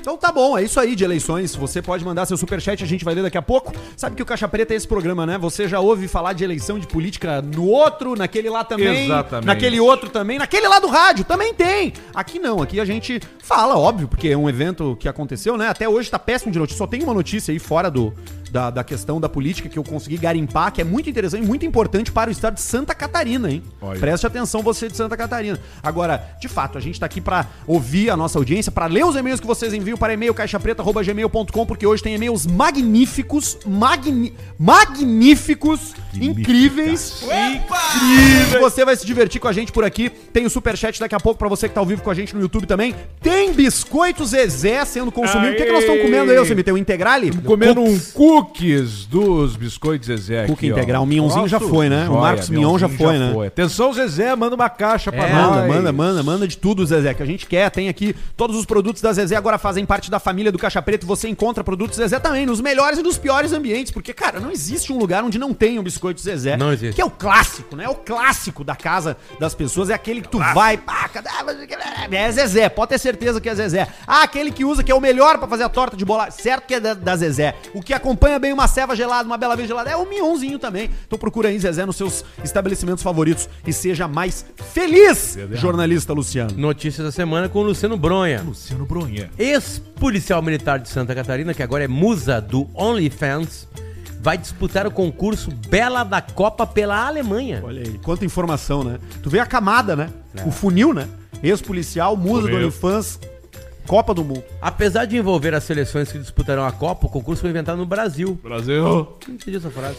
[SPEAKER 1] Então tá bom, é isso aí de eleições. Você pode mandar seu superchat, a gente vai ler daqui a pouco. Sabe que o Caixa Preta é esse programa, né? Você já ouve falar de eleição de política no outro, naquele lá também.
[SPEAKER 2] Exatamente.
[SPEAKER 1] Naquele outro também, naquele lá do rádio também tem. Aqui não, aqui a gente fala, óbvio, porque é um evento que aconteceu, né? Até hoje tá péssimo de notícia. Só tem uma notícia aí fora do, da, da questão da política que eu consegui garimpar, que é muito interessante, muito importante para o estado de Santa Catarina, hein? Presta
[SPEAKER 2] Olha.
[SPEAKER 1] Preste atenção você de Santa Catarina. Agora, de fato, a gente tá aqui pra ouvir a nossa audiência, pra ler os e-mails que vocês enviam para e-mail caixapreta@gmail.com, porque hoje tem e-mails magníficos, magni, magníficos, incríveis. Incríveis. Você vai se divertir com a gente por aqui. Tem o superchat daqui a pouco pra você que tá ao vivo com a gente no YouTube também. Tem biscoito Zezé sendo consumido. O que, é que nós estamos comendo aí, ô CMT? Um integrale?
[SPEAKER 2] Comendo um cookies dos biscoitos Zezé
[SPEAKER 1] Cookie
[SPEAKER 2] aqui, ó.
[SPEAKER 1] integral. O Minhãozinho já foi, né? O Marcos Mignon já
[SPEAKER 2] Minhãozinho
[SPEAKER 1] foi, né? É,
[SPEAKER 2] Atenção, Zezé, manda uma caixa pra
[SPEAKER 3] É,
[SPEAKER 1] Manda,
[SPEAKER 2] nós.
[SPEAKER 1] manda, manda, manda de tudo, Zezé, que a gente quer. Tem aqui todos os produtos da Zezé agora fazem fazem parte da família do Caixa Preto, você encontra produtos Zezé também, nos melhores e nos piores ambientes, porque, cara, não existe um lugar onde não tenha um biscoito Zezé.
[SPEAKER 3] Não existe.
[SPEAKER 1] Que é o clássico, né? É o clássico da casa das pessoas, é aquele que tu vai, pá, cadê- é Zezé, pode ter certeza que é Zezé. Ah, aquele que usa, que é o melhor pra fazer a torta de bolacha, certo que é da, da Zezé. O que acompanha bem uma ceva gelada, uma bela vez gelada, é o minhãozinho também. Então procura aí Zezé nos seus estabelecimentos favoritos e seja mais feliz, jornalista Luciano.
[SPEAKER 3] Notícias da semana com o Luciano Bronha.
[SPEAKER 2] Luciano Brunha.
[SPEAKER 3] Ex-policial militar de Santa Catarina, que agora é musa do OnlyFans, vai disputar o concurso Bela da Copa pela Alemanha.
[SPEAKER 1] Olha aí, quanta informação, né? Tu vê a camada, né? O funil, né? Ex-policial, musa do
[SPEAKER 2] Funil.
[SPEAKER 1] OnlyFans, Copa do Mundo.
[SPEAKER 3] Apesar de envolver as seleções que disputarão a Copa, o concurso foi inventado no Brasil.
[SPEAKER 2] Brasil.
[SPEAKER 3] Não entendi essa frase.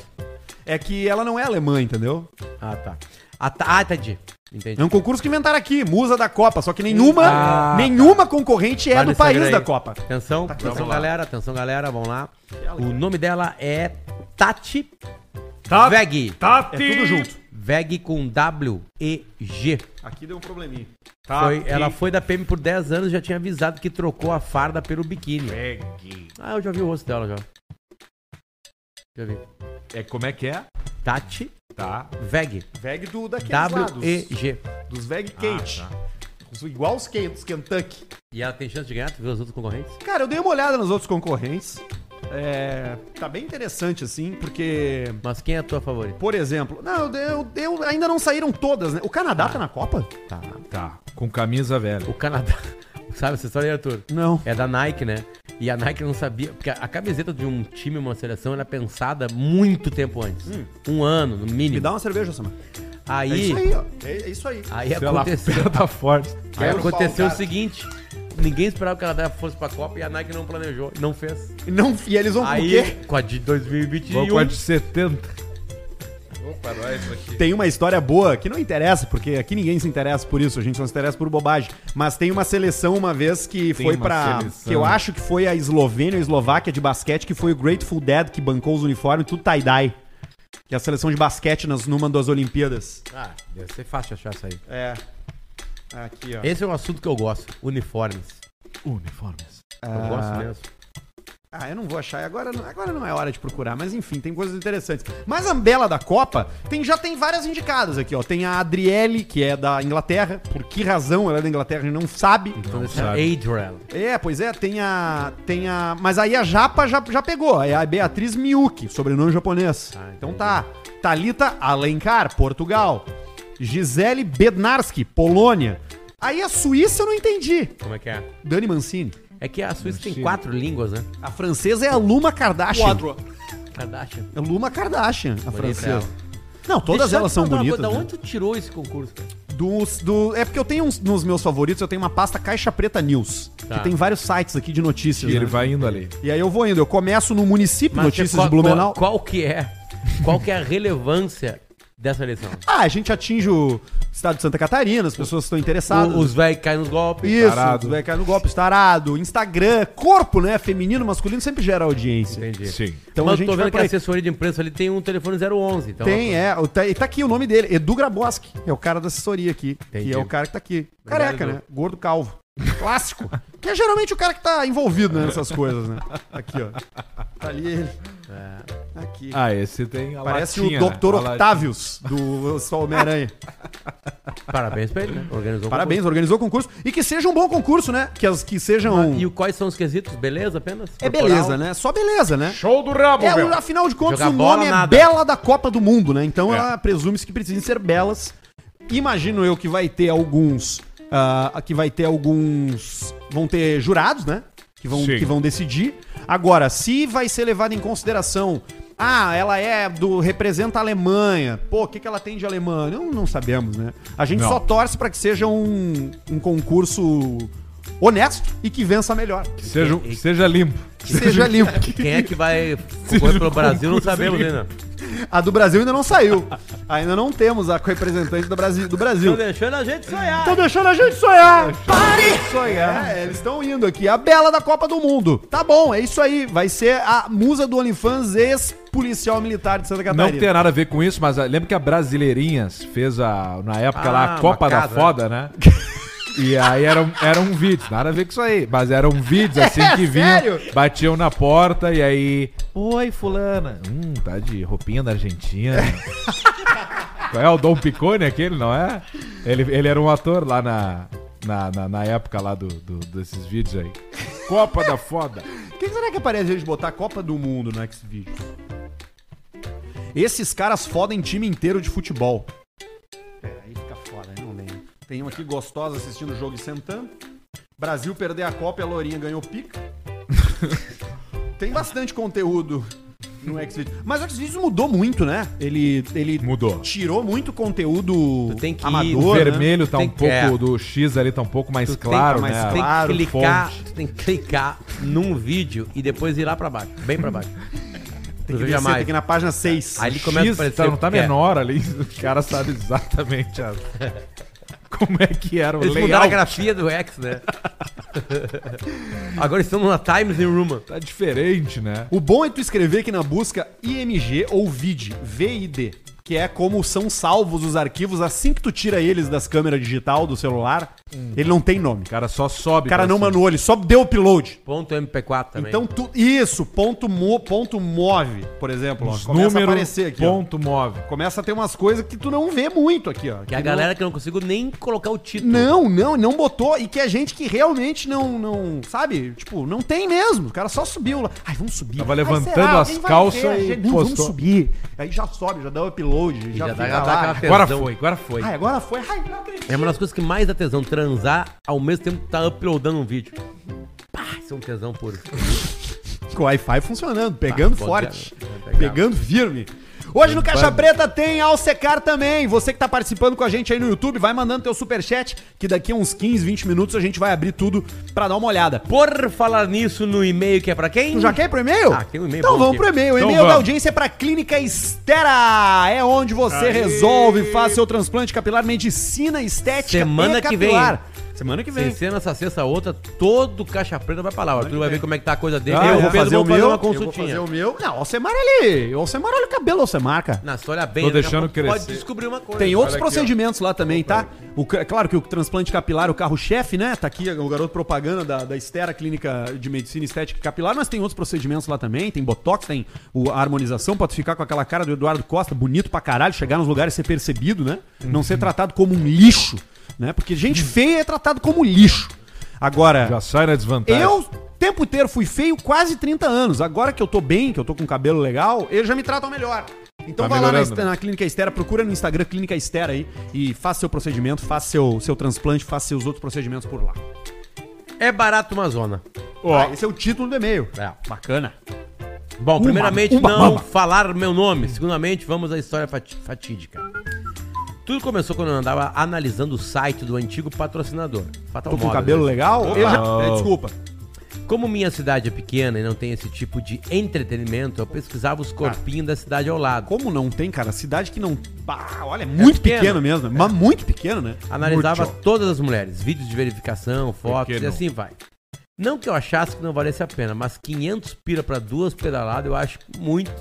[SPEAKER 1] É que ela não é alemã, entendeu?
[SPEAKER 3] Ah, tá. Ah, tá. Ah, entendi. Entendi.
[SPEAKER 1] É um concurso que inventaram aqui, musa da Copa, só que nenhuma,
[SPEAKER 3] Ah, tá.
[SPEAKER 1] nenhuma concorrente é
[SPEAKER 3] Vai
[SPEAKER 1] do
[SPEAKER 3] nesse
[SPEAKER 1] país
[SPEAKER 3] Instagram
[SPEAKER 1] da
[SPEAKER 3] aí.
[SPEAKER 1] Copa.
[SPEAKER 3] Atenção,
[SPEAKER 1] Tá aqui,
[SPEAKER 3] atenção,
[SPEAKER 1] vamos lá.
[SPEAKER 3] galera. Atenção, galera. Vamos lá. O nome dela é Tati
[SPEAKER 2] Tá.
[SPEAKER 3] Veg.
[SPEAKER 1] É tudo junto.
[SPEAKER 3] Veg com W e G.
[SPEAKER 1] Aqui deu um probleminha.
[SPEAKER 2] Tá
[SPEAKER 3] Foi- ela foi da PM por 10 anos e já tinha avisado que trocou a farda pelo biquíni. Ah, eu já vi o rosto dela já. Já vi.
[SPEAKER 2] É como é que é?
[SPEAKER 3] Tati
[SPEAKER 2] Tá.
[SPEAKER 3] Veg.
[SPEAKER 1] Veg do daqueles é lados.
[SPEAKER 3] W e Ah, tá. G.
[SPEAKER 1] Dos Veg Kate. Os- Igual os Kate, os Kentucky.
[SPEAKER 3] E ela tem chance de ganhar? Tu viu os outros concorrentes?
[SPEAKER 1] Cara, eu dei uma olhada nos outros concorrentes. É, tá bem interessante, assim, porque
[SPEAKER 3] Mas quem é a tua favorita?
[SPEAKER 1] Por exemplo, não, eu, dei- eu, dei- eu- ainda não saíram todas, né? O Canadá tá na Copa?
[SPEAKER 3] Tá.
[SPEAKER 2] Tá. Com camisa velha.
[SPEAKER 3] O Canadá. Sabe essa história, Arthur?
[SPEAKER 1] Não.
[SPEAKER 3] É da Nike, né? E a Nike não sabia. Porque a- a camiseta de um time, uma seleção, ela é pensada muito tempo antes. Um ano, no
[SPEAKER 1] Me
[SPEAKER 3] mínimo.
[SPEAKER 1] dá uma cerveja, Samar.
[SPEAKER 3] Aí.
[SPEAKER 1] É isso aí, ó. É, é isso aí.
[SPEAKER 3] Aí
[SPEAKER 2] Se ela-
[SPEAKER 3] aconteceu.
[SPEAKER 2] ela tá forte.
[SPEAKER 3] Aí
[SPEAKER 1] Quebra o
[SPEAKER 3] aconteceu
[SPEAKER 1] pau,
[SPEAKER 3] o
[SPEAKER 1] cara.
[SPEAKER 3] seguinte: ninguém esperava que o Canadá fosse pra Copa e a Nike não planejou, não fez.
[SPEAKER 1] E Não, e eles vão
[SPEAKER 3] Aí,
[SPEAKER 1] porque
[SPEAKER 3] com a de 2021.
[SPEAKER 2] Vou com a de 70.
[SPEAKER 1] tem uma história boa que não interessa, porque aqui ninguém se interessa por isso, a gente só se interessa por bobagem. Mas tem uma seleção uma vez que
[SPEAKER 2] Tem
[SPEAKER 1] foi
[SPEAKER 2] uma
[SPEAKER 1] pra.
[SPEAKER 2] seleção.
[SPEAKER 1] que eu acho que foi a Eslovênia, a Eslováquia de basquete, que foi o Grateful Dead que bancou os uniformes, tudo tie-dye. Que é a seleção de basquete nas, numa das Olimpíadas.
[SPEAKER 3] Ah, deve ser fácil achar isso aí.
[SPEAKER 1] É. Aqui, ó.
[SPEAKER 3] Esse é um assunto que eu gosto: uniformes.
[SPEAKER 2] Uniformes.
[SPEAKER 3] Eu gosto mesmo.
[SPEAKER 1] Ah, eu não vou achar. Agora, não- agora não é hora de procurar, mas enfim, tem coisas interessantes. Mas a Bela da Copa tem, já tem várias indicadas aqui, ó. Tem a Adriele, que é da Inglaterra. Por que razão ela é da Inglaterra, a gente não sabe.
[SPEAKER 3] Então, esse é
[SPEAKER 2] sabe.
[SPEAKER 3] Adriel.
[SPEAKER 1] É, pois é, tem a. Tem a. Mas aí a Japa já, já pegou. É a Beatriz Miyuki, sobrenome japonês.
[SPEAKER 3] Ah, entendi.
[SPEAKER 1] então tá. Talita Alencar, Portugal. Gisele Bednarski, Polônia. Aí a Suíça eu não entendi.
[SPEAKER 3] Como é que é?
[SPEAKER 1] Dani Mancini.
[SPEAKER 3] É que a Suíça tem
[SPEAKER 2] Mentira.
[SPEAKER 3] quatro línguas, né?
[SPEAKER 1] A francesa é a Luma Kardashian.
[SPEAKER 3] Kardashian.
[SPEAKER 1] É Luma Kardashian, a
[SPEAKER 3] Bonita
[SPEAKER 1] francesa.
[SPEAKER 3] ela.
[SPEAKER 1] Não, todas
[SPEAKER 3] Deixa eu
[SPEAKER 1] elas
[SPEAKER 3] te
[SPEAKER 1] são
[SPEAKER 3] perguntar uma
[SPEAKER 1] bonitas.
[SPEAKER 3] coisa, Da
[SPEAKER 1] né?
[SPEAKER 3] onde tu tirou esse concurso? cara?
[SPEAKER 1] Dos- do, é porque eu tenho uns, nos meus favoritos, eu tenho uma pasta Caixa Preta News,
[SPEAKER 3] Tá.
[SPEAKER 1] que tem vários sites aqui de notícias.
[SPEAKER 2] E ele
[SPEAKER 1] né?
[SPEAKER 2] vai indo ali.
[SPEAKER 1] E aí eu vou indo, eu começo no município
[SPEAKER 3] Mas
[SPEAKER 1] Notícias
[SPEAKER 3] qual-
[SPEAKER 1] de Blumenau.
[SPEAKER 3] Qual, qual que é? Qual que é a relevância dessa eleição?
[SPEAKER 1] Ah, a gente atinge o estado de Santa Catarina, as pessoas estão interessadas.
[SPEAKER 3] O- os velhos caem nos golpes.
[SPEAKER 1] Tá. Isso,
[SPEAKER 2] tarado.
[SPEAKER 1] vai cair no golpe, estarado, Instagram, corpo, né? Feminino, masculino, sempre gera audiência.
[SPEAKER 3] Entendi.
[SPEAKER 2] Sim.
[SPEAKER 1] Então
[SPEAKER 3] Mas
[SPEAKER 1] a gente
[SPEAKER 3] tô
[SPEAKER 1] vai
[SPEAKER 3] vendo
[SPEAKER 1] por
[SPEAKER 3] que é a
[SPEAKER 1] aí.
[SPEAKER 3] assessoria de imprensa ali tem um telefone 011. Então
[SPEAKER 1] Tem, é. o- Tá, e tá aqui o nome dele, Edu Graboski. É o cara da assessoria aqui. Que
[SPEAKER 3] Entendi.
[SPEAKER 1] é o cara que tá aqui.
[SPEAKER 3] Obrigado,
[SPEAKER 1] Careca,
[SPEAKER 3] Edu.
[SPEAKER 1] né? Gordo calvo. Clássico. que é geralmente o cara que tá envolvido né, nessas coisas, né? Aqui, ó. Tá ali ele.
[SPEAKER 3] É.
[SPEAKER 1] Aqui.
[SPEAKER 2] Ah, esse tem a
[SPEAKER 1] Parece
[SPEAKER 2] latinha,
[SPEAKER 1] o
[SPEAKER 2] né?
[SPEAKER 1] Dr.
[SPEAKER 2] A latinha.
[SPEAKER 1] Octavius do Homem-Aranha.
[SPEAKER 3] Parabéns pra ele, né? Organizou o
[SPEAKER 1] é. Parabéns, organizou o concurso. E que seja um bom concurso, né? Que, as, que sejam.
[SPEAKER 3] concurso. E o- quais são os quesitos? Beleza apenas?
[SPEAKER 1] É
[SPEAKER 3] Corporal?
[SPEAKER 1] beleza, né? Só beleza, né?
[SPEAKER 2] Show do rabo,
[SPEAKER 1] É,
[SPEAKER 2] meu.
[SPEAKER 1] o- afinal de contas,
[SPEAKER 3] Jogar
[SPEAKER 1] o
[SPEAKER 3] bola,
[SPEAKER 1] nome é
[SPEAKER 3] nada.
[SPEAKER 1] Bela da Copa do Mundo, né? Então
[SPEAKER 2] É.
[SPEAKER 1] ela presume-se que precisem ser belas. Imagino eu que vai ter alguns. ah, que vai ter alguns. Vão ter jurados, né? Que vão,
[SPEAKER 2] Sim.
[SPEAKER 1] que vão decidir. Agora, se vai ser levado em consideração. Ah, ela é do. representa a Alemanha. Pô, o que, que ela tem de alemã? Não, não sabemos, né? A gente
[SPEAKER 2] Não.
[SPEAKER 1] só torce pra que seja um, um concurso honesto e que vença melhor.
[SPEAKER 2] Que seja, que seja limpo.
[SPEAKER 1] Que seja limpo.
[SPEAKER 3] Quem é que vai concorrer pelo Brasil? Não
[SPEAKER 2] concurso
[SPEAKER 3] sabemos
[SPEAKER 2] ali.
[SPEAKER 3] ainda.
[SPEAKER 1] A do Brasil ainda não saiu. Ainda não temos a representante do Brasil. Do Brasil.
[SPEAKER 3] Estão deixando a gente sonhar.
[SPEAKER 1] Estão deixando a gente sonhar! Pare! Sonhar! É, eles estão indo aqui. A bela da Copa do Mundo. Tá bom, é isso aí. Vai ser a musa do OnlyFans, ex-policial militar de Santa
[SPEAKER 2] Não
[SPEAKER 1] Catarina.
[SPEAKER 2] que tenha nada a ver com isso, mas ah, lembra que a Brasileirinhas fez a, na época
[SPEAKER 3] Ah,
[SPEAKER 2] lá a Copa
[SPEAKER 3] uma
[SPEAKER 2] da
[SPEAKER 3] casa,
[SPEAKER 2] Foda, né? E aí eram, eram vídeos, um nada a ver com isso aí, mas eram vídeos assim que vinham,
[SPEAKER 3] sério?
[SPEAKER 2] batiam na porta e aí. Oi, fulana. Hum, tá de roupinha da Argentina. Qual é o Dom Picone aquele, não é? Ele, ele era um ator lá na, na, na, na época lá do, do- desses vídeos aí. Copa da foda.
[SPEAKER 1] Por que será que aparece a gente botar a Copa do Mundo no X-Video? Esses caras fodem time inteiro de futebol. É, aí fica foda, não lembro. Tem uma aqui gostosa assistindo o jogo e sentando. Brasil perder a Copa e a Lourinha ganhou pica. Tem bastante conteúdo no X-Video. Mas o X-Video mudou muito, né? Ele, ele
[SPEAKER 2] Mudou.
[SPEAKER 1] tirou muito conteúdo
[SPEAKER 3] Tu tem que ir
[SPEAKER 2] O
[SPEAKER 1] amador, né?
[SPEAKER 2] vermelho tá
[SPEAKER 3] Tem-
[SPEAKER 2] um pouco
[SPEAKER 3] é.
[SPEAKER 2] do X ali, tá um pouco mais
[SPEAKER 3] Tu
[SPEAKER 2] claro,
[SPEAKER 3] tem,
[SPEAKER 2] né?
[SPEAKER 3] tu tem
[SPEAKER 1] Claro,
[SPEAKER 3] que clicar,
[SPEAKER 2] fonte.
[SPEAKER 3] tu tem que clicar num vídeo e depois ir lá pra baixo, bem pra baixo.
[SPEAKER 1] Tem
[SPEAKER 3] Tu
[SPEAKER 1] que
[SPEAKER 3] veja
[SPEAKER 1] descer, tem
[SPEAKER 3] mais.
[SPEAKER 1] que ir na página 6.
[SPEAKER 3] Aí ele começa a
[SPEAKER 2] X,
[SPEAKER 3] aparecer
[SPEAKER 2] tá, não tá
[SPEAKER 3] o que é.
[SPEAKER 2] menor ali, o cara sabe exatamente as- como é que era o
[SPEAKER 3] Eles mudaram a
[SPEAKER 2] layout.
[SPEAKER 3] grafia do X, né? Agora estamos na Times New Roman.
[SPEAKER 2] Tá diferente, né?
[SPEAKER 1] O bom é tu escrever aqui na busca IMG ou VID, VID, que é como são salvos os arquivos assim que tu tira eles das câmeras digital do celular, ele não tem nome.
[SPEAKER 2] O cara só sobe.
[SPEAKER 1] O cara
[SPEAKER 2] pra
[SPEAKER 1] não
[SPEAKER 2] cima.
[SPEAKER 1] manuou, ele só deu upload.
[SPEAKER 3] Ponto MP4 também.
[SPEAKER 1] Então tu isso, ponto mo, ponto move, por exemplo, ó,
[SPEAKER 2] Os
[SPEAKER 1] começa a
[SPEAKER 2] números,
[SPEAKER 1] aparecer aqui, ó.
[SPEAKER 2] ponto move.
[SPEAKER 1] Começa a ter umas coisas que tu não vê muito aqui, ó.
[SPEAKER 3] que é a galera que eu não consigo nem colocar o título.
[SPEAKER 1] Não, não, não botou. E que é gente que realmente não, não, sabe? Tipo, não tem mesmo. O cara só subiu lá. Ai, vamos subir.
[SPEAKER 2] Tava
[SPEAKER 1] Ai,
[SPEAKER 2] levantando
[SPEAKER 1] será?
[SPEAKER 2] as
[SPEAKER 1] Alguém vai
[SPEAKER 2] calças
[SPEAKER 1] ver?
[SPEAKER 2] e
[SPEAKER 1] Gente, não, Vamos
[SPEAKER 2] postou.
[SPEAKER 1] subir. Aí já sobe, já dá o upload,
[SPEAKER 3] E
[SPEAKER 1] já,
[SPEAKER 3] já dá,
[SPEAKER 1] fica
[SPEAKER 3] já dá
[SPEAKER 1] lá. Ah,
[SPEAKER 3] aquela tesão.
[SPEAKER 2] Agora foi, agora foi.
[SPEAKER 1] Ai, agora foi. Ai, não acredito.
[SPEAKER 3] É uma das coisas que mais dá tesão, transar ao mesmo tempo que tá uploadando um vídeo. Pá, isso é um tesão puro.
[SPEAKER 1] Com o Wi-Fi funcionando, pegando
[SPEAKER 3] Tá,
[SPEAKER 1] forte,
[SPEAKER 3] pode- é, pegava.
[SPEAKER 1] pegando firme. Hoje no Caixa
[SPEAKER 2] Limpando.
[SPEAKER 1] Preta tem Alcecar também. Você que tá participando com a gente aí no YouTube, vai mandando teu superchat, que daqui a uns 15, 20 minutos a gente vai abrir tudo pra dar uma olhada.
[SPEAKER 3] Por falar nisso no e-mail que é pra quem?
[SPEAKER 1] Tu já quer ir pro e-mail?
[SPEAKER 3] Ah, tem um e-mail
[SPEAKER 1] Então
[SPEAKER 3] bom
[SPEAKER 1] vamos
[SPEAKER 3] aqui.
[SPEAKER 1] pro e-mail. O
[SPEAKER 2] Então
[SPEAKER 1] e-mail da
[SPEAKER 2] vamos.
[SPEAKER 1] audiência é pra Clínica Estera. É onde você resolve, faz seu transplante capilar, medicina estética
[SPEAKER 3] Semana
[SPEAKER 1] e
[SPEAKER 3] que vem.
[SPEAKER 1] capilar. Semana que
[SPEAKER 3] Sem
[SPEAKER 1] vem.
[SPEAKER 3] ser nessa sexta outra, todo caixa preta vai pra lá. ó. Tu vai ver como é que tá a coisa dele.
[SPEAKER 2] Ah, eu
[SPEAKER 3] eu
[SPEAKER 2] vou
[SPEAKER 3] o Pedro
[SPEAKER 1] fazer
[SPEAKER 3] vão
[SPEAKER 1] o
[SPEAKER 3] fazer
[SPEAKER 1] meu,
[SPEAKER 3] uma
[SPEAKER 1] eu
[SPEAKER 3] consultinha.
[SPEAKER 1] o meu. Não, Alcemar ali. Alcemar olha o cabelo, Alcemar, cara.
[SPEAKER 3] Não, se tu olha bem,
[SPEAKER 2] Tô
[SPEAKER 3] daqui a
[SPEAKER 2] deixando
[SPEAKER 3] pouco tu pode
[SPEAKER 2] crescer.
[SPEAKER 3] descobrir uma coisa.
[SPEAKER 1] Tem outros
[SPEAKER 2] aqui,
[SPEAKER 1] procedimentos lá também, tá? O, ca- claro que o transplante capilar, é o carro-chefe, né? Tá aqui o garoto propaganda da, da Estera Clínica de Medicina Estética e Capilar, mas tem outros procedimentos lá também. Tem botox, tem o, a harmonização, pode ficar com aquela cara do Eduardo Costa, bonito pra caralho, chegar nos lugares e ser percebido, né? Não
[SPEAKER 2] Uhum.
[SPEAKER 1] ser tratado como um lixo, né? Porque gente feia é tratado como lixo. Agora.
[SPEAKER 2] Já sai na desvantagem.
[SPEAKER 1] Eu, o tempo inteiro, fui feio quase 30 anos. Agora que eu tô bem, que eu tô com cabelo legal, eles já me tratam melhor. Então
[SPEAKER 2] Tá
[SPEAKER 1] vai lá na,
[SPEAKER 2] melhorando,
[SPEAKER 1] Est- na Clínica Estera, procura no Instagram Clínica Estera aí e faça seu procedimento, faça seu, seu transplante, faça seus outros procedimentos por lá.
[SPEAKER 3] É barato uma zona.
[SPEAKER 2] Ó,
[SPEAKER 1] Ah, esse é o título do e-mail.
[SPEAKER 3] É.
[SPEAKER 1] Bacana.
[SPEAKER 3] Bom,
[SPEAKER 1] Uma-
[SPEAKER 3] primeiramente,
[SPEAKER 1] uma
[SPEAKER 3] não
[SPEAKER 1] mama.
[SPEAKER 3] falar meu nome. Segundamente, vamos à história fati- fatídica. Tudo começou quando eu andava analisando o site do antigo patrocinador. Fatal
[SPEAKER 1] Tô com
[SPEAKER 3] Modas,
[SPEAKER 1] cabelo
[SPEAKER 3] né?
[SPEAKER 1] legal?
[SPEAKER 2] Opa.
[SPEAKER 1] Eu já- é, desculpa.
[SPEAKER 3] Como minha cidade é pequena e não tem esse tipo de entretenimento, eu pesquisava os corpinhos da cidade ao lado.
[SPEAKER 1] Como não tem, cara? Cidade que não. Bah, olha, é muito
[SPEAKER 3] pequeno.
[SPEAKER 1] pequeno, mesmo. Mas muito pequeno, né?
[SPEAKER 3] Analisava
[SPEAKER 2] Muito.
[SPEAKER 3] todas as mulheres, vídeos de verificação,
[SPEAKER 2] que
[SPEAKER 3] fotos e
[SPEAKER 2] não?
[SPEAKER 3] assim vai. Não que eu achasse que não valesse a pena, mas 500 pira pra duas pedaladas eu acho muito,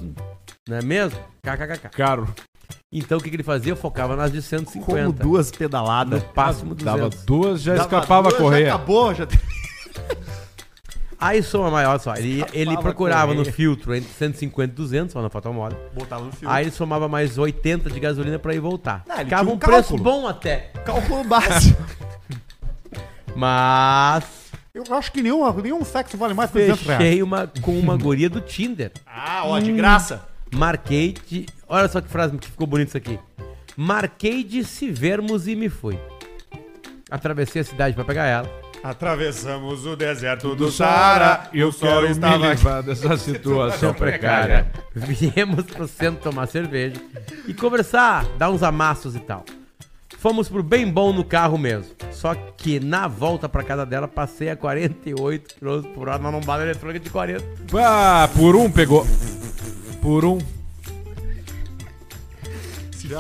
[SPEAKER 3] não é mesmo? KKKK.
[SPEAKER 2] caro.
[SPEAKER 3] Então o que, que ele fazia? Eu focava nas de
[SPEAKER 1] Como
[SPEAKER 3] 150.
[SPEAKER 1] duas
[SPEAKER 3] No
[SPEAKER 1] pedaladas.
[SPEAKER 3] máximo
[SPEAKER 2] Dava
[SPEAKER 3] 200.
[SPEAKER 2] duas, já
[SPEAKER 1] Dava
[SPEAKER 2] escapava a
[SPEAKER 1] duas, Já
[SPEAKER 2] correia.
[SPEAKER 1] acabou, já.
[SPEAKER 3] Aí soma maior só. Ele, ele
[SPEAKER 1] Fala
[SPEAKER 3] procurava no
[SPEAKER 1] correia.
[SPEAKER 3] filtro entre 150 e 200, só na Fatal Moda.
[SPEAKER 1] Botava no um filme.
[SPEAKER 3] Aí ele somava mais 80 de gasolina pra ir e voltar.
[SPEAKER 1] Ah, ele
[SPEAKER 3] Ficava
[SPEAKER 1] tinha um
[SPEAKER 3] um preço
[SPEAKER 1] cálculo.
[SPEAKER 3] bom até.
[SPEAKER 1] Cálculo básico.
[SPEAKER 3] Mas
[SPEAKER 1] Eu acho que nenhum, nenhum sexo vale mais que 200 reais.
[SPEAKER 3] fechei uma, com uma guria do Tinder. Hum,
[SPEAKER 1] Ah, ó, de graça.
[SPEAKER 3] Marquei de. Olha só que frase que ficou bonita isso aqui. Marquei de se vermos e me fui. Atravessei a cidade pra pegar ela.
[SPEAKER 4] Atravessamos o deserto do Saara e o sol estava aqui.
[SPEAKER 2] dessa situação
[SPEAKER 3] Cara, viemos pro centro tomar cerveja e conversar, dar uns amassos e tal. Fomos pro bem bom no carro mesmo. Só que na volta pra casa dela passei a 48 km por hora na lombada eletrônica de 40.
[SPEAKER 2] Ah, por um pegou. Por um.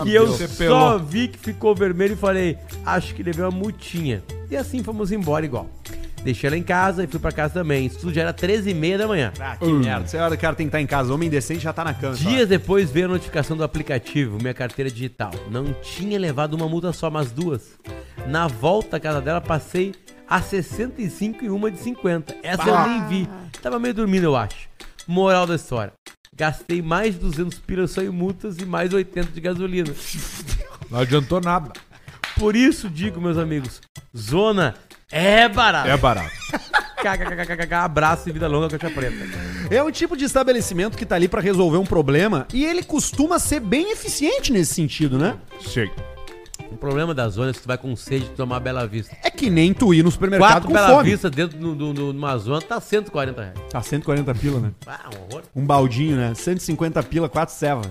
[SPEAKER 3] E eu
[SPEAKER 2] Você
[SPEAKER 3] só
[SPEAKER 2] pelou.
[SPEAKER 3] vi que ficou vermelho e falei, acho que levei uma multinha. E assim fomos embora igual. Deixei ela em casa e fui pra casa também. Isso tudo já era 13h30 da manhã.
[SPEAKER 1] Ah, que merda. Você hora que o cara tem que estar em casa. Homem decente já tá na cama.
[SPEAKER 3] Dias depois veio a notificação do aplicativo, minha carteira digital. Não tinha levado uma multa só, mas duas. Na volta à casa dela, passei a 65 e uma de 50. Essa eu nem vi. Tava meio dormindo, eu acho. Moral da história. Gastei mais de 200 piras só em multas e mais 80 de gasolina.
[SPEAKER 2] Não adiantou nada.
[SPEAKER 3] Por isso digo, meus amigos, zona é barato.
[SPEAKER 2] É barato.
[SPEAKER 3] KKKKK, abraço e vida longa, caixa preta.
[SPEAKER 1] É um tipo de estabelecimento que tá ali pra resolver um problema e ele costuma ser bem eficiente nesse sentido, né?
[SPEAKER 2] Chega.
[SPEAKER 3] O problema da zona é se tu vai com sede de tomar Bela Vista.
[SPEAKER 1] É que nem tu ir no supermercado
[SPEAKER 3] Quatro
[SPEAKER 1] com
[SPEAKER 3] Bela
[SPEAKER 1] fome.
[SPEAKER 3] Vista dentro de do, do, uma zona tá 140 reais.
[SPEAKER 1] Tá 140 pila, né?
[SPEAKER 3] Ah, um horror.
[SPEAKER 1] Um baldinho, né? 150 pila, quatro ceva.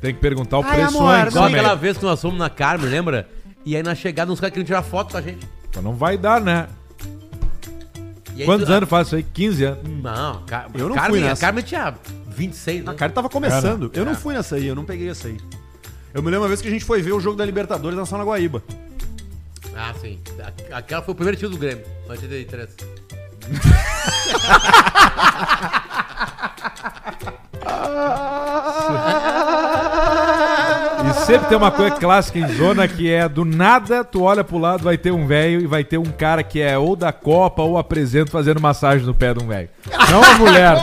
[SPEAKER 2] Tem que perguntar o
[SPEAKER 1] Ai,
[SPEAKER 2] preço
[SPEAKER 1] amor,
[SPEAKER 2] antes. né,
[SPEAKER 3] Igual
[SPEAKER 1] Sim.
[SPEAKER 3] aquela vez que nós fomos na Carmen, lembra? E aí na chegada uns caras queriam tirar foto com a gente.
[SPEAKER 2] Então não vai dar, né?
[SPEAKER 3] E aí
[SPEAKER 2] Quantos
[SPEAKER 3] tu-
[SPEAKER 2] anos faz isso aí? 15 anos.
[SPEAKER 3] Não, Car
[SPEAKER 1] Eu não
[SPEAKER 3] Carmen,
[SPEAKER 1] fui
[SPEAKER 3] a
[SPEAKER 1] nessa.
[SPEAKER 3] Carmen tinha 26, né?
[SPEAKER 1] A cara tava começando. eu
[SPEAKER 3] é.
[SPEAKER 1] não fui nessa aí, eu não peguei essa aí. Eu me lembro uma vez que a gente foi ver o jogo da Libertadores na Sala Guaíba.
[SPEAKER 3] Ah, sim. A- Aquela foi o primeiro tiro do Grêmio, em 83.
[SPEAKER 2] E sempre tem uma coisa clássica em zona que é do nada, tu olha pro lado, vai ter um velho e vai ter um cara que é ou da Copa ou apresento fazendo massagem no pé de um velho. Não a mulher.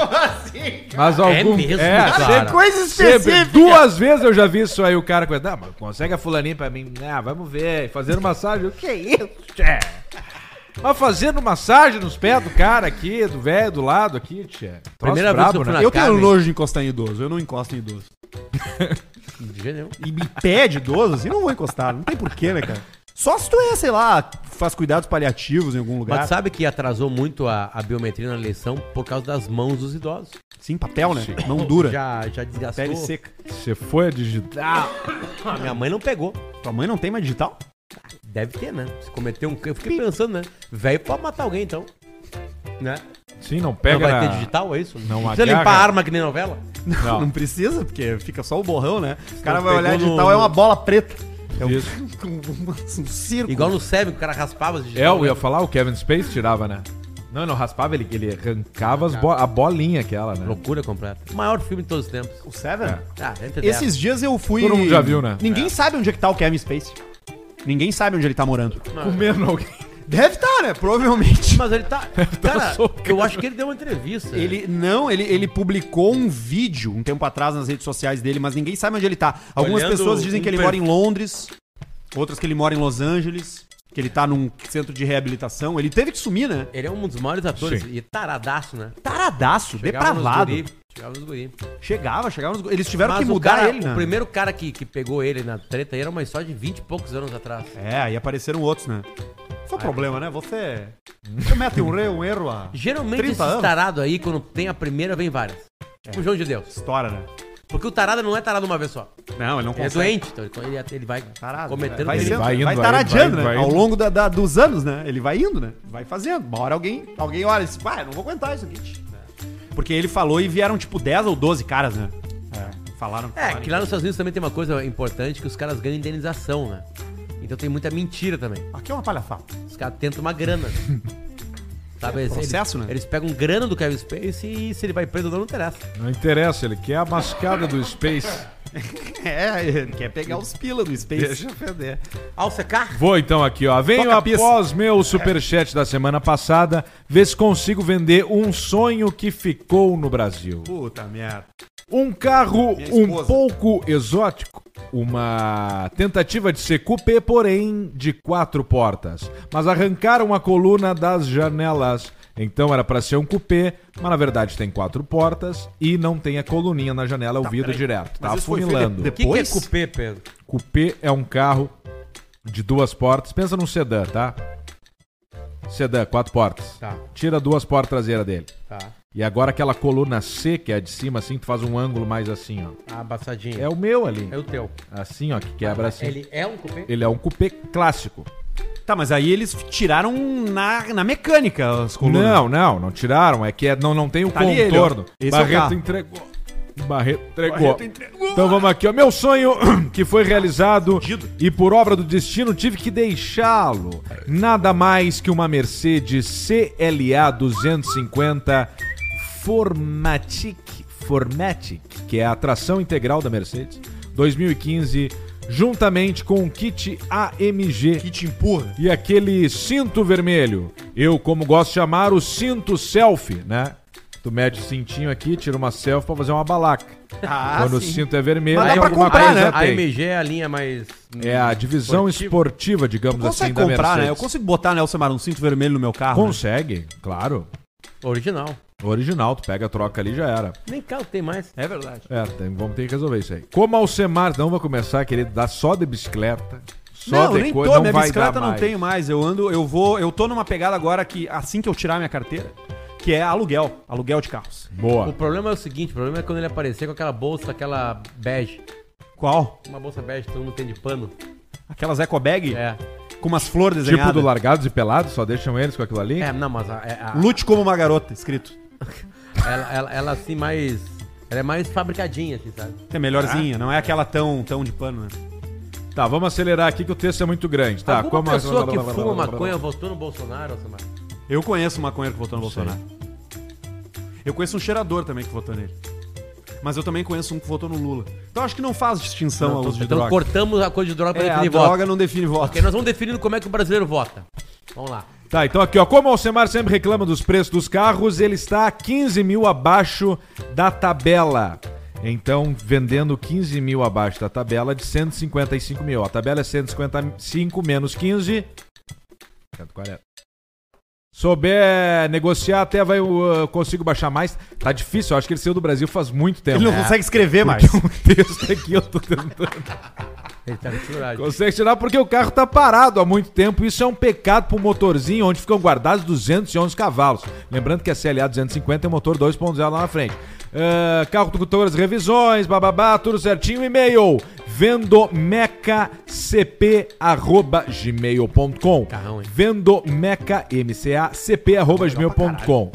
[SPEAKER 2] mas algum.
[SPEAKER 3] assim, mesmo,
[SPEAKER 2] é,
[SPEAKER 3] cara?
[SPEAKER 2] sempre,
[SPEAKER 1] Coisa
[SPEAKER 2] sempre. Duas vezes eu já vi isso aí, o cara com. Ah, mas consegue a fulaninha pra mim? Ah, vamos ver. Fazendo massagem. O que é isso? Tchê? Mas fazendo massagem nos pés do cara aqui, do velho, do lado aqui, tchê. Troço né?
[SPEAKER 3] Primeira vez que eu fui na-
[SPEAKER 1] Eu tenho
[SPEAKER 3] Carmen.
[SPEAKER 1] nojo de encostar em idoso, eu não encosto em idoso.
[SPEAKER 3] De jeito nenhum.
[SPEAKER 1] E me pede idoso, assim, não vou encostar. Não tem porquê, né, cara? Só se tu é, sei lá, faz cuidados paliativos em algum lugar.
[SPEAKER 3] Mas sabe que atrasou muito a, a biometria na eleição por causa das mãos dos idosos.
[SPEAKER 1] Sim, papel, né? Não dura.
[SPEAKER 3] Já, já desgastou.
[SPEAKER 1] Pele seca.
[SPEAKER 2] Você foi a digitar.
[SPEAKER 3] Ah, minha mãe não pegou.
[SPEAKER 1] Tua mãe não tem mais digital?
[SPEAKER 3] Deve ter, né? Se cometeu um crime. Eu fiquei pensando, né? Velho pode matar alguém, então. Né?
[SPEAKER 2] Sim, não pega.
[SPEAKER 3] não vai ter
[SPEAKER 2] na-
[SPEAKER 3] digital, é isso?
[SPEAKER 2] Não
[SPEAKER 3] precisa
[SPEAKER 2] agarra.
[SPEAKER 3] limpar a arma que nem novela?
[SPEAKER 1] Não.
[SPEAKER 2] Não.
[SPEAKER 1] precisa, porque fica só o borrão, né? O cara
[SPEAKER 3] Então,
[SPEAKER 1] vai olhar
[SPEAKER 3] pegou
[SPEAKER 1] digital,
[SPEAKER 3] no-
[SPEAKER 1] é uma bola preta. É um,
[SPEAKER 2] Isso.
[SPEAKER 1] um, um circo.
[SPEAKER 3] Igual no SEB, que o cara raspava as
[SPEAKER 2] É, eu
[SPEAKER 3] né?
[SPEAKER 2] ia falar, o Kevin Space tirava, né? Não, não raspava, ele, ele arrancava as bo- a bolinha aquela, né?
[SPEAKER 3] Loucura completa. O maior filme de todos os tempos.
[SPEAKER 1] O Seven?
[SPEAKER 3] Ah, entre
[SPEAKER 1] Esses dias eu fui.
[SPEAKER 2] Todo mundo já viu, né?
[SPEAKER 1] Ninguém sabe onde é que tá o Kevin Space. Ninguém sabe onde ele tá morando.
[SPEAKER 2] Comendo alguém.
[SPEAKER 1] Deve estar, tá, né? Provavelmente.
[SPEAKER 3] Mas ele tá. Cara,
[SPEAKER 2] socando.
[SPEAKER 3] eu acho que ele deu uma entrevista.
[SPEAKER 1] Ele não, ele, ele publicou um vídeo um tempo atrás nas redes sociais dele, mas ninguém sabe onde ele tá. Algumas
[SPEAKER 3] Olhando
[SPEAKER 1] pessoas dizem
[SPEAKER 3] um
[SPEAKER 1] que ele
[SPEAKER 3] per-
[SPEAKER 1] mora em Londres, outras que ele mora em Los Angeles, que ele tá num centro de reabilitação. Ele teve que sumir, né?
[SPEAKER 3] Ele é um dos maiores atores
[SPEAKER 2] Sim.
[SPEAKER 3] e taradaço, né?
[SPEAKER 1] Taradaço,
[SPEAKER 3] Chegava nos
[SPEAKER 1] depravado.
[SPEAKER 3] guri, Chegava nos guri.
[SPEAKER 1] Chegava, chegava nos... Eles tiveram
[SPEAKER 3] Mas
[SPEAKER 1] que
[SPEAKER 3] o
[SPEAKER 1] mudar
[SPEAKER 3] cara-
[SPEAKER 1] ele, né?
[SPEAKER 3] O primeiro cara que, que pegou ele na treta aí era uma história de 20 e poucos anos atrás.
[SPEAKER 1] É, aí apareceram outros, né? Foi um problema, né? Você comete um, re- um erro a
[SPEAKER 3] Geralmente
[SPEAKER 1] 30
[SPEAKER 3] esses
[SPEAKER 1] anos. É.
[SPEAKER 3] tarados aí, quando tem a primeira, vem várias. Tipo o João de Deus.
[SPEAKER 1] história, né?
[SPEAKER 3] Porque o tarado não é tarado uma vez só.
[SPEAKER 1] Não, ele não
[SPEAKER 3] Ele é
[SPEAKER 1] consegue.
[SPEAKER 3] doente, então ele, ele vai
[SPEAKER 1] Tarado, né?
[SPEAKER 3] cometendo...
[SPEAKER 1] vai,
[SPEAKER 3] ele-
[SPEAKER 1] sendo,
[SPEAKER 2] vai indo,
[SPEAKER 1] vai
[SPEAKER 2] vai
[SPEAKER 1] taradeando,
[SPEAKER 2] indo, vai
[SPEAKER 1] né?
[SPEAKER 2] indo.
[SPEAKER 1] Ao longo da- da- dos anos, né? Ele vai indo, né? Vai fazendo. Uma hora alguém, alguém olha e diz, pá, eu não vou aguentar isso aqui. É. Porque ele falou e vieram, tipo, 10 ou 12 caras, né? Falaram.
[SPEAKER 3] É, que lá nos Estados Unidos também tem uma coisa importante que os caras ganham indenização, né? Então tem muita mentira também.
[SPEAKER 1] Aqui é uma palhaçada.
[SPEAKER 3] Os caras tentam uma grana. Sabe, eles,
[SPEAKER 1] processo,
[SPEAKER 3] eles,
[SPEAKER 1] né?
[SPEAKER 3] eles pegam grana do Kevin Space e se ele vai preso ou não, não interessa.
[SPEAKER 2] Não interessa, ele quer a mascada do Space.
[SPEAKER 1] É, ele quer pegar os pila do Space.
[SPEAKER 2] feder.
[SPEAKER 3] Ah, Alcecar?
[SPEAKER 2] Vou então aqui, ó. Venho
[SPEAKER 1] Toca a pista.
[SPEAKER 2] após meu superchat da semana passada, ver se consigo vender um sonho que ficou no Brasil.
[SPEAKER 1] Puta merda.
[SPEAKER 2] Um carro
[SPEAKER 1] Minha
[SPEAKER 2] um
[SPEAKER 1] esposa.
[SPEAKER 2] pouco exótico. Uma tentativa de ser coupé, porém de quatro portas. Mas arrancaram a coluna das janelas. Então era pra ser um coupé, mas na verdade tem quatro portas e não tem a coluninha na janela, é o vidro direto. Tá
[SPEAKER 1] Mas isso foi feito
[SPEAKER 2] funilando.
[SPEAKER 1] de-
[SPEAKER 3] O que, que é
[SPEAKER 1] Pois?
[SPEAKER 3] cupê, Pedro?
[SPEAKER 2] Coupé é um carro de duas portas. Pensa num sedã, tá? Sedã, quatro portas.
[SPEAKER 3] Tá.
[SPEAKER 2] Tira duas portas traseiras dele.
[SPEAKER 3] Tá,
[SPEAKER 2] E agora aquela coluna C, que é a de cima, assim, tu faz um ângulo mais assim, ó.
[SPEAKER 3] a abassadinha.
[SPEAKER 2] É o meu ali.
[SPEAKER 3] Ah, É o teu.
[SPEAKER 2] Assim, ó, que quebra assim. Ele,
[SPEAKER 3] Ele é um cupê?
[SPEAKER 2] é um cupê clássico.
[SPEAKER 1] Tá, mas aí eles tiraram na, na mecânica as colunas.
[SPEAKER 2] Não, não, não tiraram. É que é- não, não tem o
[SPEAKER 1] Tá ali ele, ó.
[SPEAKER 2] contorno.
[SPEAKER 1] Esse é o
[SPEAKER 2] Barreto
[SPEAKER 1] carro.
[SPEAKER 2] entregou. Barreto entregou.
[SPEAKER 1] Barreto entregou.
[SPEAKER 2] Então vamos aqui, ó. Meu sonho que foi realizado
[SPEAKER 1] Fudido.
[SPEAKER 2] e por obra do destino tive que deixá-lo. Nada mais que uma Mercedes CLA 250 Formatic, Formatic, que é a tração integral da Mercedes, 2015 juntamente com o kit AMG
[SPEAKER 4] Que te empurra.
[SPEAKER 2] e aquele cinto vermelho. Eu, como gosto de chamar, o cinto selfie, né? Tu mede o cintinho aqui, tira uma selfie pra fazer uma balaca.
[SPEAKER 1] Ah,
[SPEAKER 2] Quando o
[SPEAKER 1] sim.
[SPEAKER 2] cinto é vermelho,
[SPEAKER 1] Mas dá pra
[SPEAKER 2] alguma
[SPEAKER 1] comprar,
[SPEAKER 2] coisa
[SPEAKER 1] né?
[SPEAKER 2] tem.
[SPEAKER 3] AMG é a linha mais.
[SPEAKER 2] É a divisão esportiva,
[SPEAKER 1] Tu
[SPEAKER 2] digamos assim,
[SPEAKER 1] consegue
[SPEAKER 2] da
[SPEAKER 1] comprar, né? Eu
[SPEAKER 2] Mercedes.
[SPEAKER 1] consigo botar, né, Alcemar, um cinto vermelho no meu carro. né?
[SPEAKER 2] Consegue, claro.
[SPEAKER 3] Original.
[SPEAKER 2] Original, tu pega a troca ali já era.
[SPEAKER 3] Nem carro tem mais.
[SPEAKER 1] É verdade.
[SPEAKER 2] É, tem- vamos ter que resolver isso aí. Como Alcemar não vai começar a querer dar só de bicicleta, só
[SPEAKER 1] não,
[SPEAKER 2] de
[SPEAKER 1] nem
[SPEAKER 2] coisa,
[SPEAKER 1] tô,
[SPEAKER 2] não
[SPEAKER 1] minha
[SPEAKER 2] vai
[SPEAKER 1] bicicleta
[SPEAKER 2] dar
[SPEAKER 1] não
[SPEAKER 2] mais.
[SPEAKER 1] tenho mais. Eu ando, eu vou, eu tô numa pegada agora que assim que eu tirar minha carteira, que é aluguel, aluguel de carros.
[SPEAKER 3] O
[SPEAKER 2] Boa. Tipo
[SPEAKER 3] problema é o seguinte: o problema é quando ele aparecer com aquela bolsa, aquela bege.
[SPEAKER 1] Qual?
[SPEAKER 3] Uma bolsa bege que todo mundo tem de pano.
[SPEAKER 1] Aquelas eco bag
[SPEAKER 3] É.
[SPEAKER 1] com umas flores desenhadas.
[SPEAKER 2] Tipo do Largados e Pelados, só deixam eles com aquilo ali?
[SPEAKER 3] É, não, mas a- a- a-
[SPEAKER 1] Lute como uma garota, escrito.
[SPEAKER 3] ela, ela- ela, assim mais. Ela é mais fabricadinha, assim, sabe?
[SPEAKER 1] É
[SPEAKER 2] Ah.
[SPEAKER 1] melhorzinha, não é aquela tão, tão de pano, né?
[SPEAKER 2] Tá, vamos acelerar aqui que o texto é muito grande. Tá,
[SPEAKER 3] Alguma
[SPEAKER 2] como a-
[SPEAKER 3] pessoa que fuma maconha votou no Bolsonaro, Samar?
[SPEAKER 1] Eu conheço um maconheiro que votou no Bolsonaro. Eu conheço um cheirador também que votou nele. Mas eu também conheço um que votou no Lula. Então acho que não faz distinção ao uso de
[SPEAKER 3] então
[SPEAKER 1] droga.
[SPEAKER 3] cortamos a coisa de droga pra
[SPEAKER 1] É, a
[SPEAKER 3] definir voto.
[SPEAKER 1] droga não define voto.
[SPEAKER 3] Ok, nós vamos definindo como é que o brasileiro vota. Vamos lá.
[SPEAKER 2] Tá, então aqui, ó. Como o Alcemar sempre reclama dos preços dos carros, ele está 15 mil abaixo da tabela. Então, vendendo 15 mil abaixo da tabela de 155 mil. A tabela é 155 menos 15. 140. Souber negociar, até vai, eu uh, consigo baixar mais. Tá difícil, eu acho que ele saiu do Brasil faz muito tempo.
[SPEAKER 1] Ele não
[SPEAKER 2] É.
[SPEAKER 1] consegue escrever mais.
[SPEAKER 2] O texto aqui eu tô tentando.
[SPEAKER 3] Ele tá com coragem.
[SPEAKER 2] Consegue tirar porque o carro tá parado há muito tempo. Isso é um pecado pro motorzinho, onde ficam guardados 211 cavalos. Lembrando que a CLA 250 é um motor 2.0 lá na frente. Ah, carro com todas as revisões, bababá, tudo certinho. E-mail vendomecacp.gmail.com
[SPEAKER 3] Carrão, hein?
[SPEAKER 2] vendomecacp.gmail.com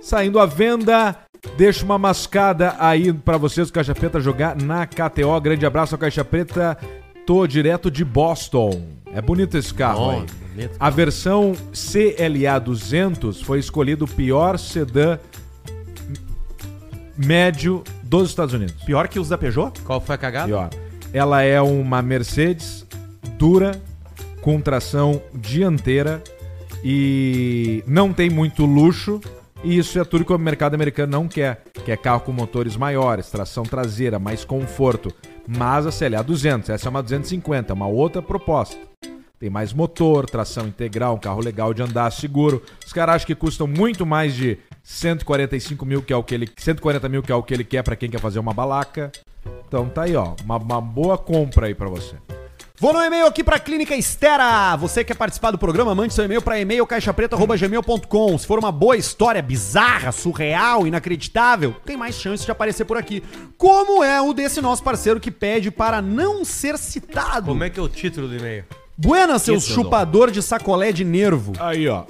[SPEAKER 2] saindo à venda. Deixa uma mascada aí pra vocês, do Caixa Preta, jogar na KTO. Grande abraço ao Caixa Preta. Tô direto de Boston. É bonito esse carro
[SPEAKER 3] Bom,
[SPEAKER 2] aí.
[SPEAKER 3] bonito.
[SPEAKER 2] A versão CLA 200 foi escolhido o pior sedã médio dos Estados Unidos.
[SPEAKER 1] Pior que os da Peugeot?
[SPEAKER 3] Qual foi a cagada?
[SPEAKER 2] E ó, ela é uma Mercedes dura, com tração dianteira e não tem muito luxo. E isso é tudo que o mercado americano não quer, que é carro com motores maiores, tração traseira, mais conforto. Mas a CLA 200, essa é uma 250, é uma outra proposta. Tem mais motor, tração integral, um carro legal de andar, seguro. Os caras acham que custam muito mais de 145 mil, que é o que ele, 140 mil, que é o que ele quer pra quem quer fazer uma balaca. Então tá aí, ó, uma, uma boa compra aí pra você.
[SPEAKER 1] Vou no e-mail aqui pra Clínica Estera. Você quer participar do programa, mande seu e-mail pra e-mail caixapreta.gmail.com. Se for uma boa história bizarra, surreal, inacreditável, tem mais chance de aparecer por aqui. Como é o desse nosso parceiro que pede para não ser citado.
[SPEAKER 3] Como é que é o título do e-mail?
[SPEAKER 1] Buena, seus
[SPEAKER 2] Isso, Dodô.
[SPEAKER 1] chupador de sacolé de nervo.
[SPEAKER 2] Aí, ó.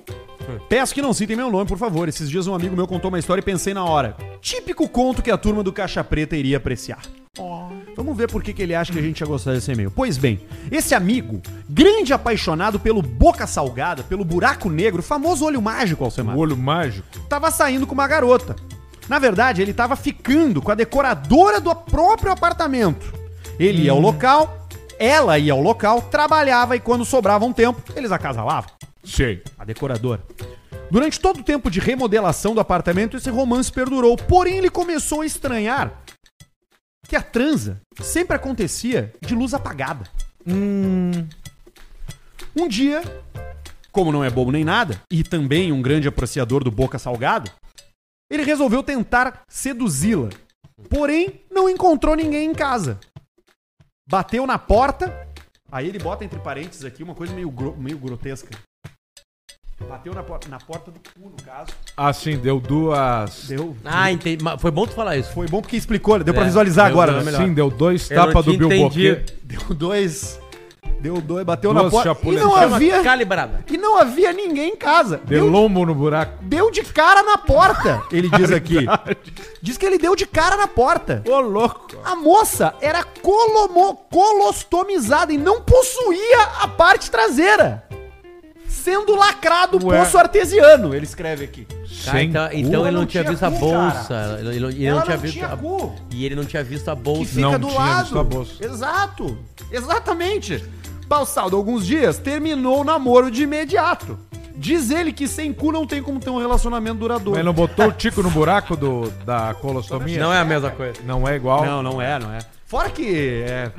[SPEAKER 1] Peço que não citem meu nome, por favor. Esses dias um amigo meu contou uma história e pensei na hora. Típico conto que a turma do Caixa Preta iria apreciar. Vamos ver por que, que ele acha que a gente ia gostar desse e-mail. Pois bem, esse amigo, grande apaixonado pelo Boca Salgada, pelo Buraco Negro, famoso olho mágico, Alcemar,
[SPEAKER 2] olho mágico.
[SPEAKER 1] tava saindo com uma garota. Na verdade, ele tava ficando com a decoradora do próprio apartamento. Ele ia ao local, ela ia ao local, trabalhava e quando sobrava um tempo, eles acasalavam
[SPEAKER 2] Sei.
[SPEAKER 1] a decoradora. Durante todo o tempo de remodelação do apartamento, esse romance perdurou, porém ele começou a estranhar que a transa sempre acontecia de luz apagada. Um dia, como não é bobo nem nada, e também um grande apreciador do Boca Salgado, ele resolveu tentar seduzi-la. Porém, não encontrou ninguém em casa. Bateu na porta. Aí ele bota entre parênteses aqui uma coisa meio, gro- meio grotesca. Bateu na, por- na porta do cu, no caso.
[SPEAKER 2] Assim, deu duas.
[SPEAKER 1] Deu.
[SPEAKER 3] Ah, entendi. Mas Foi bom tu falar isso.
[SPEAKER 1] Foi bom porque explicou, né? deu pra
[SPEAKER 3] É,
[SPEAKER 1] visualizar
[SPEAKER 3] deu-
[SPEAKER 1] agora,
[SPEAKER 3] deu
[SPEAKER 1] né?
[SPEAKER 3] melhor. É,
[SPEAKER 2] Sim, deu dois
[SPEAKER 3] Eu não
[SPEAKER 2] tapas do
[SPEAKER 3] te
[SPEAKER 2] Bill
[SPEAKER 3] entendi.
[SPEAKER 2] Bokeh.
[SPEAKER 1] Deu dois. Deu dois, bateu na
[SPEAKER 2] Duas
[SPEAKER 1] porta. E
[SPEAKER 2] chapuletas.
[SPEAKER 1] não,
[SPEAKER 2] Deu
[SPEAKER 3] uma
[SPEAKER 1] havia,
[SPEAKER 3] Calibrada.
[SPEAKER 1] e não havia ninguém em casa.
[SPEAKER 2] De
[SPEAKER 1] Deu,
[SPEAKER 2] lombo no buraco.
[SPEAKER 1] deu de cara na porta, ele diz aqui. Diz que ele deu de cara na porta.
[SPEAKER 2] Ô, louco.
[SPEAKER 1] A moça era colomo, colostomizada e não possuía a parte traseira. Sendo lacrado
[SPEAKER 2] Ué.
[SPEAKER 1] poço artesiano, ele escreve aqui.
[SPEAKER 3] Cara,
[SPEAKER 2] Sem
[SPEAKER 3] então
[SPEAKER 2] cu.
[SPEAKER 3] então
[SPEAKER 1] Ela
[SPEAKER 3] ele não
[SPEAKER 1] não
[SPEAKER 3] tinha
[SPEAKER 1] tinha
[SPEAKER 3] visto a
[SPEAKER 1] cu,
[SPEAKER 3] bolsa.
[SPEAKER 1] cara.
[SPEAKER 3] Ele, ele- ele
[SPEAKER 1] Ela
[SPEAKER 3] não tinha
[SPEAKER 1] não
[SPEAKER 3] visto
[SPEAKER 1] tinha
[SPEAKER 3] a
[SPEAKER 1] cu.
[SPEAKER 3] E ele não tinha visto a
[SPEAKER 1] que
[SPEAKER 3] bolsa.
[SPEAKER 2] Não
[SPEAKER 1] fica do
[SPEAKER 2] tinha visto a
[SPEAKER 1] lado.
[SPEAKER 2] bolsa.
[SPEAKER 1] Exato. Exatamente. Balsaldo, alguns dias, terminou o namoro de imediato. Diz ele que sem cu não tem como ter um relacionamento
[SPEAKER 2] Mas
[SPEAKER 1] duradouro.
[SPEAKER 2] ele não é botou o tico no buraco do, da colostomia?
[SPEAKER 3] Não é a mesma coisa.
[SPEAKER 2] Não é igual.
[SPEAKER 1] não é, não é. Fora que é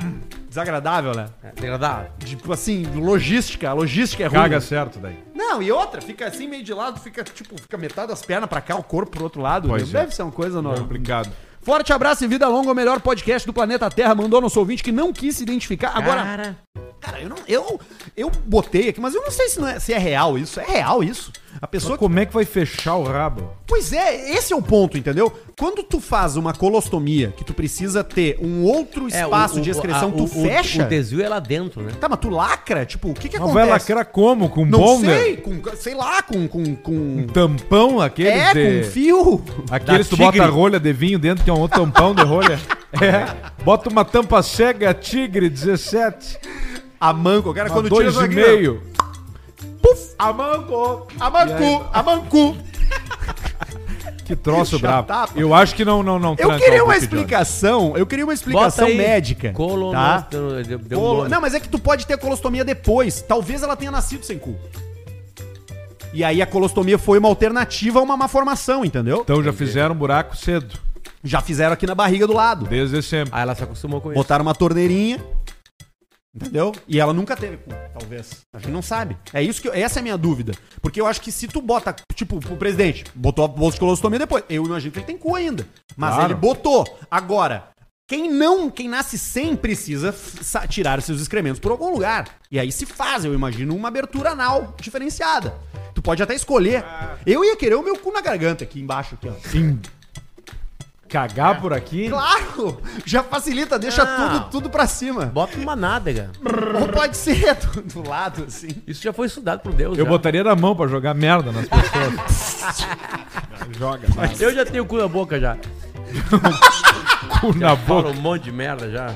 [SPEAKER 1] desagradável, né?
[SPEAKER 3] É desagradável.
[SPEAKER 1] Tipo assim, logística, a logística é ruim.
[SPEAKER 2] Caga certo daí.
[SPEAKER 1] Não, e outra, fica assim meio de lado, fica tipo, fica metade das pernas pra cá, o corpo pro outro lado.
[SPEAKER 2] Pois
[SPEAKER 1] Deve
[SPEAKER 2] é.
[SPEAKER 1] ser uma coisa
[SPEAKER 2] Não.
[SPEAKER 1] normal.
[SPEAKER 2] Complicado.
[SPEAKER 1] Forte abraço e vida longa, o melhor podcast do planeta Terra. Mandou nosso ouvinte que não quis se identificar. Agora,
[SPEAKER 3] Cara,
[SPEAKER 1] cara, eu não, eu, eu botei aqui, mas eu não sei se, não é, se é real isso. É real isso. A pessoa
[SPEAKER 2] Mas
[SPEAKER 1] que.
[SPEAKER 2] como é que vai fechar o rabo?
[SPEAKER 1] Pois é, esse é o ponto, entendeu? Quando tu faz uma colostomia, que tu precisa ter um outro
[SPEAKER 3] é, o-
[SPEAKER 1] espaço
[SPEAKER 3] o-
[SPEAKER 1] de excreção,
[SPEAKER 3] a-
[SPEAKER 1] tu
[SPEAKER 3] o- o-
[SPEAKER 1] fecha.
[SPEAKER 3] O desvio é lá dentro, né?
[SPEAKER 1] Tá, mas tu lacra? Tipo, o que que
[SPEAKER 2] Não vai
[SPEAKER 1] acontece?
[SPEAKER 2] lacrar como? Com
[SPEAKER 1] Não
[SPEAKER 2] bomber?
[SPEAKER 1] sei, com, sei lá, com. com, com...
[SPEAKER 2] Tampão aqueles
[SPEAKER 1] É,
[SPEAKER 2] de...
[SPEAKER 1] com fio.
[SPEAKER 2] Aqueles que
[SPEAKER 3] Da
[SPEAKER 2] tu bota
[SPEAKER 3] tigre.
[SPEAKER 2] a rolha de vinho dentro, que é um outro tampão de rolha. É. Bota uma tampa cega Tigre 17.
[SPEAKER 1] A manco, o cara
[SPEAKER 2] Uma
[SPEAKER 1] quando tira
[SPEAKER 2] dois
[SPEAKER 1] isso
[SPEAKER 2] e
[SPEAKER 1] aqui,
[SPEAKER 2] meio.
[SPEAKER 1] Puf! A manco! A manco! A manco!
[SPEAKER 2] Que troço
[SPEAKER 1] Já
[SPEAKER 2] brabo.
[SPEAKER 1] tapa.
[SPEAKER 2] Eu acho que não, não, não.
[SPEAKER 1] Eu
[SPEAKER 2] tranca
[SPEAKER 1] queria
[SPEAKER 2] o
[SPEAKER 1] uma
[SPEAKER 2] Hulk Johnson.
[SPEAKER 1] explicação, eu queria uma explicação médica.
[SPEAKER 3] Colono...
[SPEAKER 1] tá?
[SPEAKER 3] Deu, deu um
[SPEAKER 1] Colo...
[SPEAKER 3] nome.
[SPEAKER 1] Não, mas é que tu pode ter colostomia depois. Talvez ela tenha nascido sem cu. E aí a colostomia foi uma alternativa a uma má formação, entendeu?
[SPEAKER 2] Então já fizeram um buraco cedo,
[SPEAKER 1] Já fizeram aqui na barriga do lado.
[SPEAKER 2] desde sempre.
[SPEAKER 3] Aí ela se acostumou com isso.
[SPEAKER 1] Botaram uma torneirinha. Entendeu? E ela nunca teve cu, talvez. A gente não sabe. É isso que eu- essa é a minha dúvida. Porque eu acho que se tu bota, tipo, o presidente botou a bolsa de colostomia depois, eu imagino que ele tem cu ainda. Mas
[SPEAKER 2] Claro.
[SPEAKER 1] ele botou. Agora, quem não, quem nasce sem precisa f- sa- tirar seus excrementos por algum lugar. E aí se faz, eu imagino, uma abertura anal diferenciada. Tu pode até escolher. Eu ia querer o meu cu na garganta aqui embaixo aqui, ó.
[SPEAKER 2] Ah. Sim. Cagar por aqui?
[SPEAKER 1] é. Claro! Já facilita, deixa
[SPEAKER 2] Ah.
[SPEAKER 3] Não.
[SPEAKER 1] tudo tudo pra cima.
[SPEAKER 3] Bota uma nádega.
[SPEAKER 1] Ou pode ser é do, do lado, assim.
[SPEAKER 3] Isso já foi estudado por Deus.
[SPEAKER 2] Eu
[SPEAKER 3] já.
[SPEAKER 2] botaria na mão pra jogar merda nas pessoas. Joga mas
[SPEAKER 3] Eu já tenho cu na boca já.
[SPEAKER 2] cu na boca.
[SPEAKER 3] Falo um monte de merda já.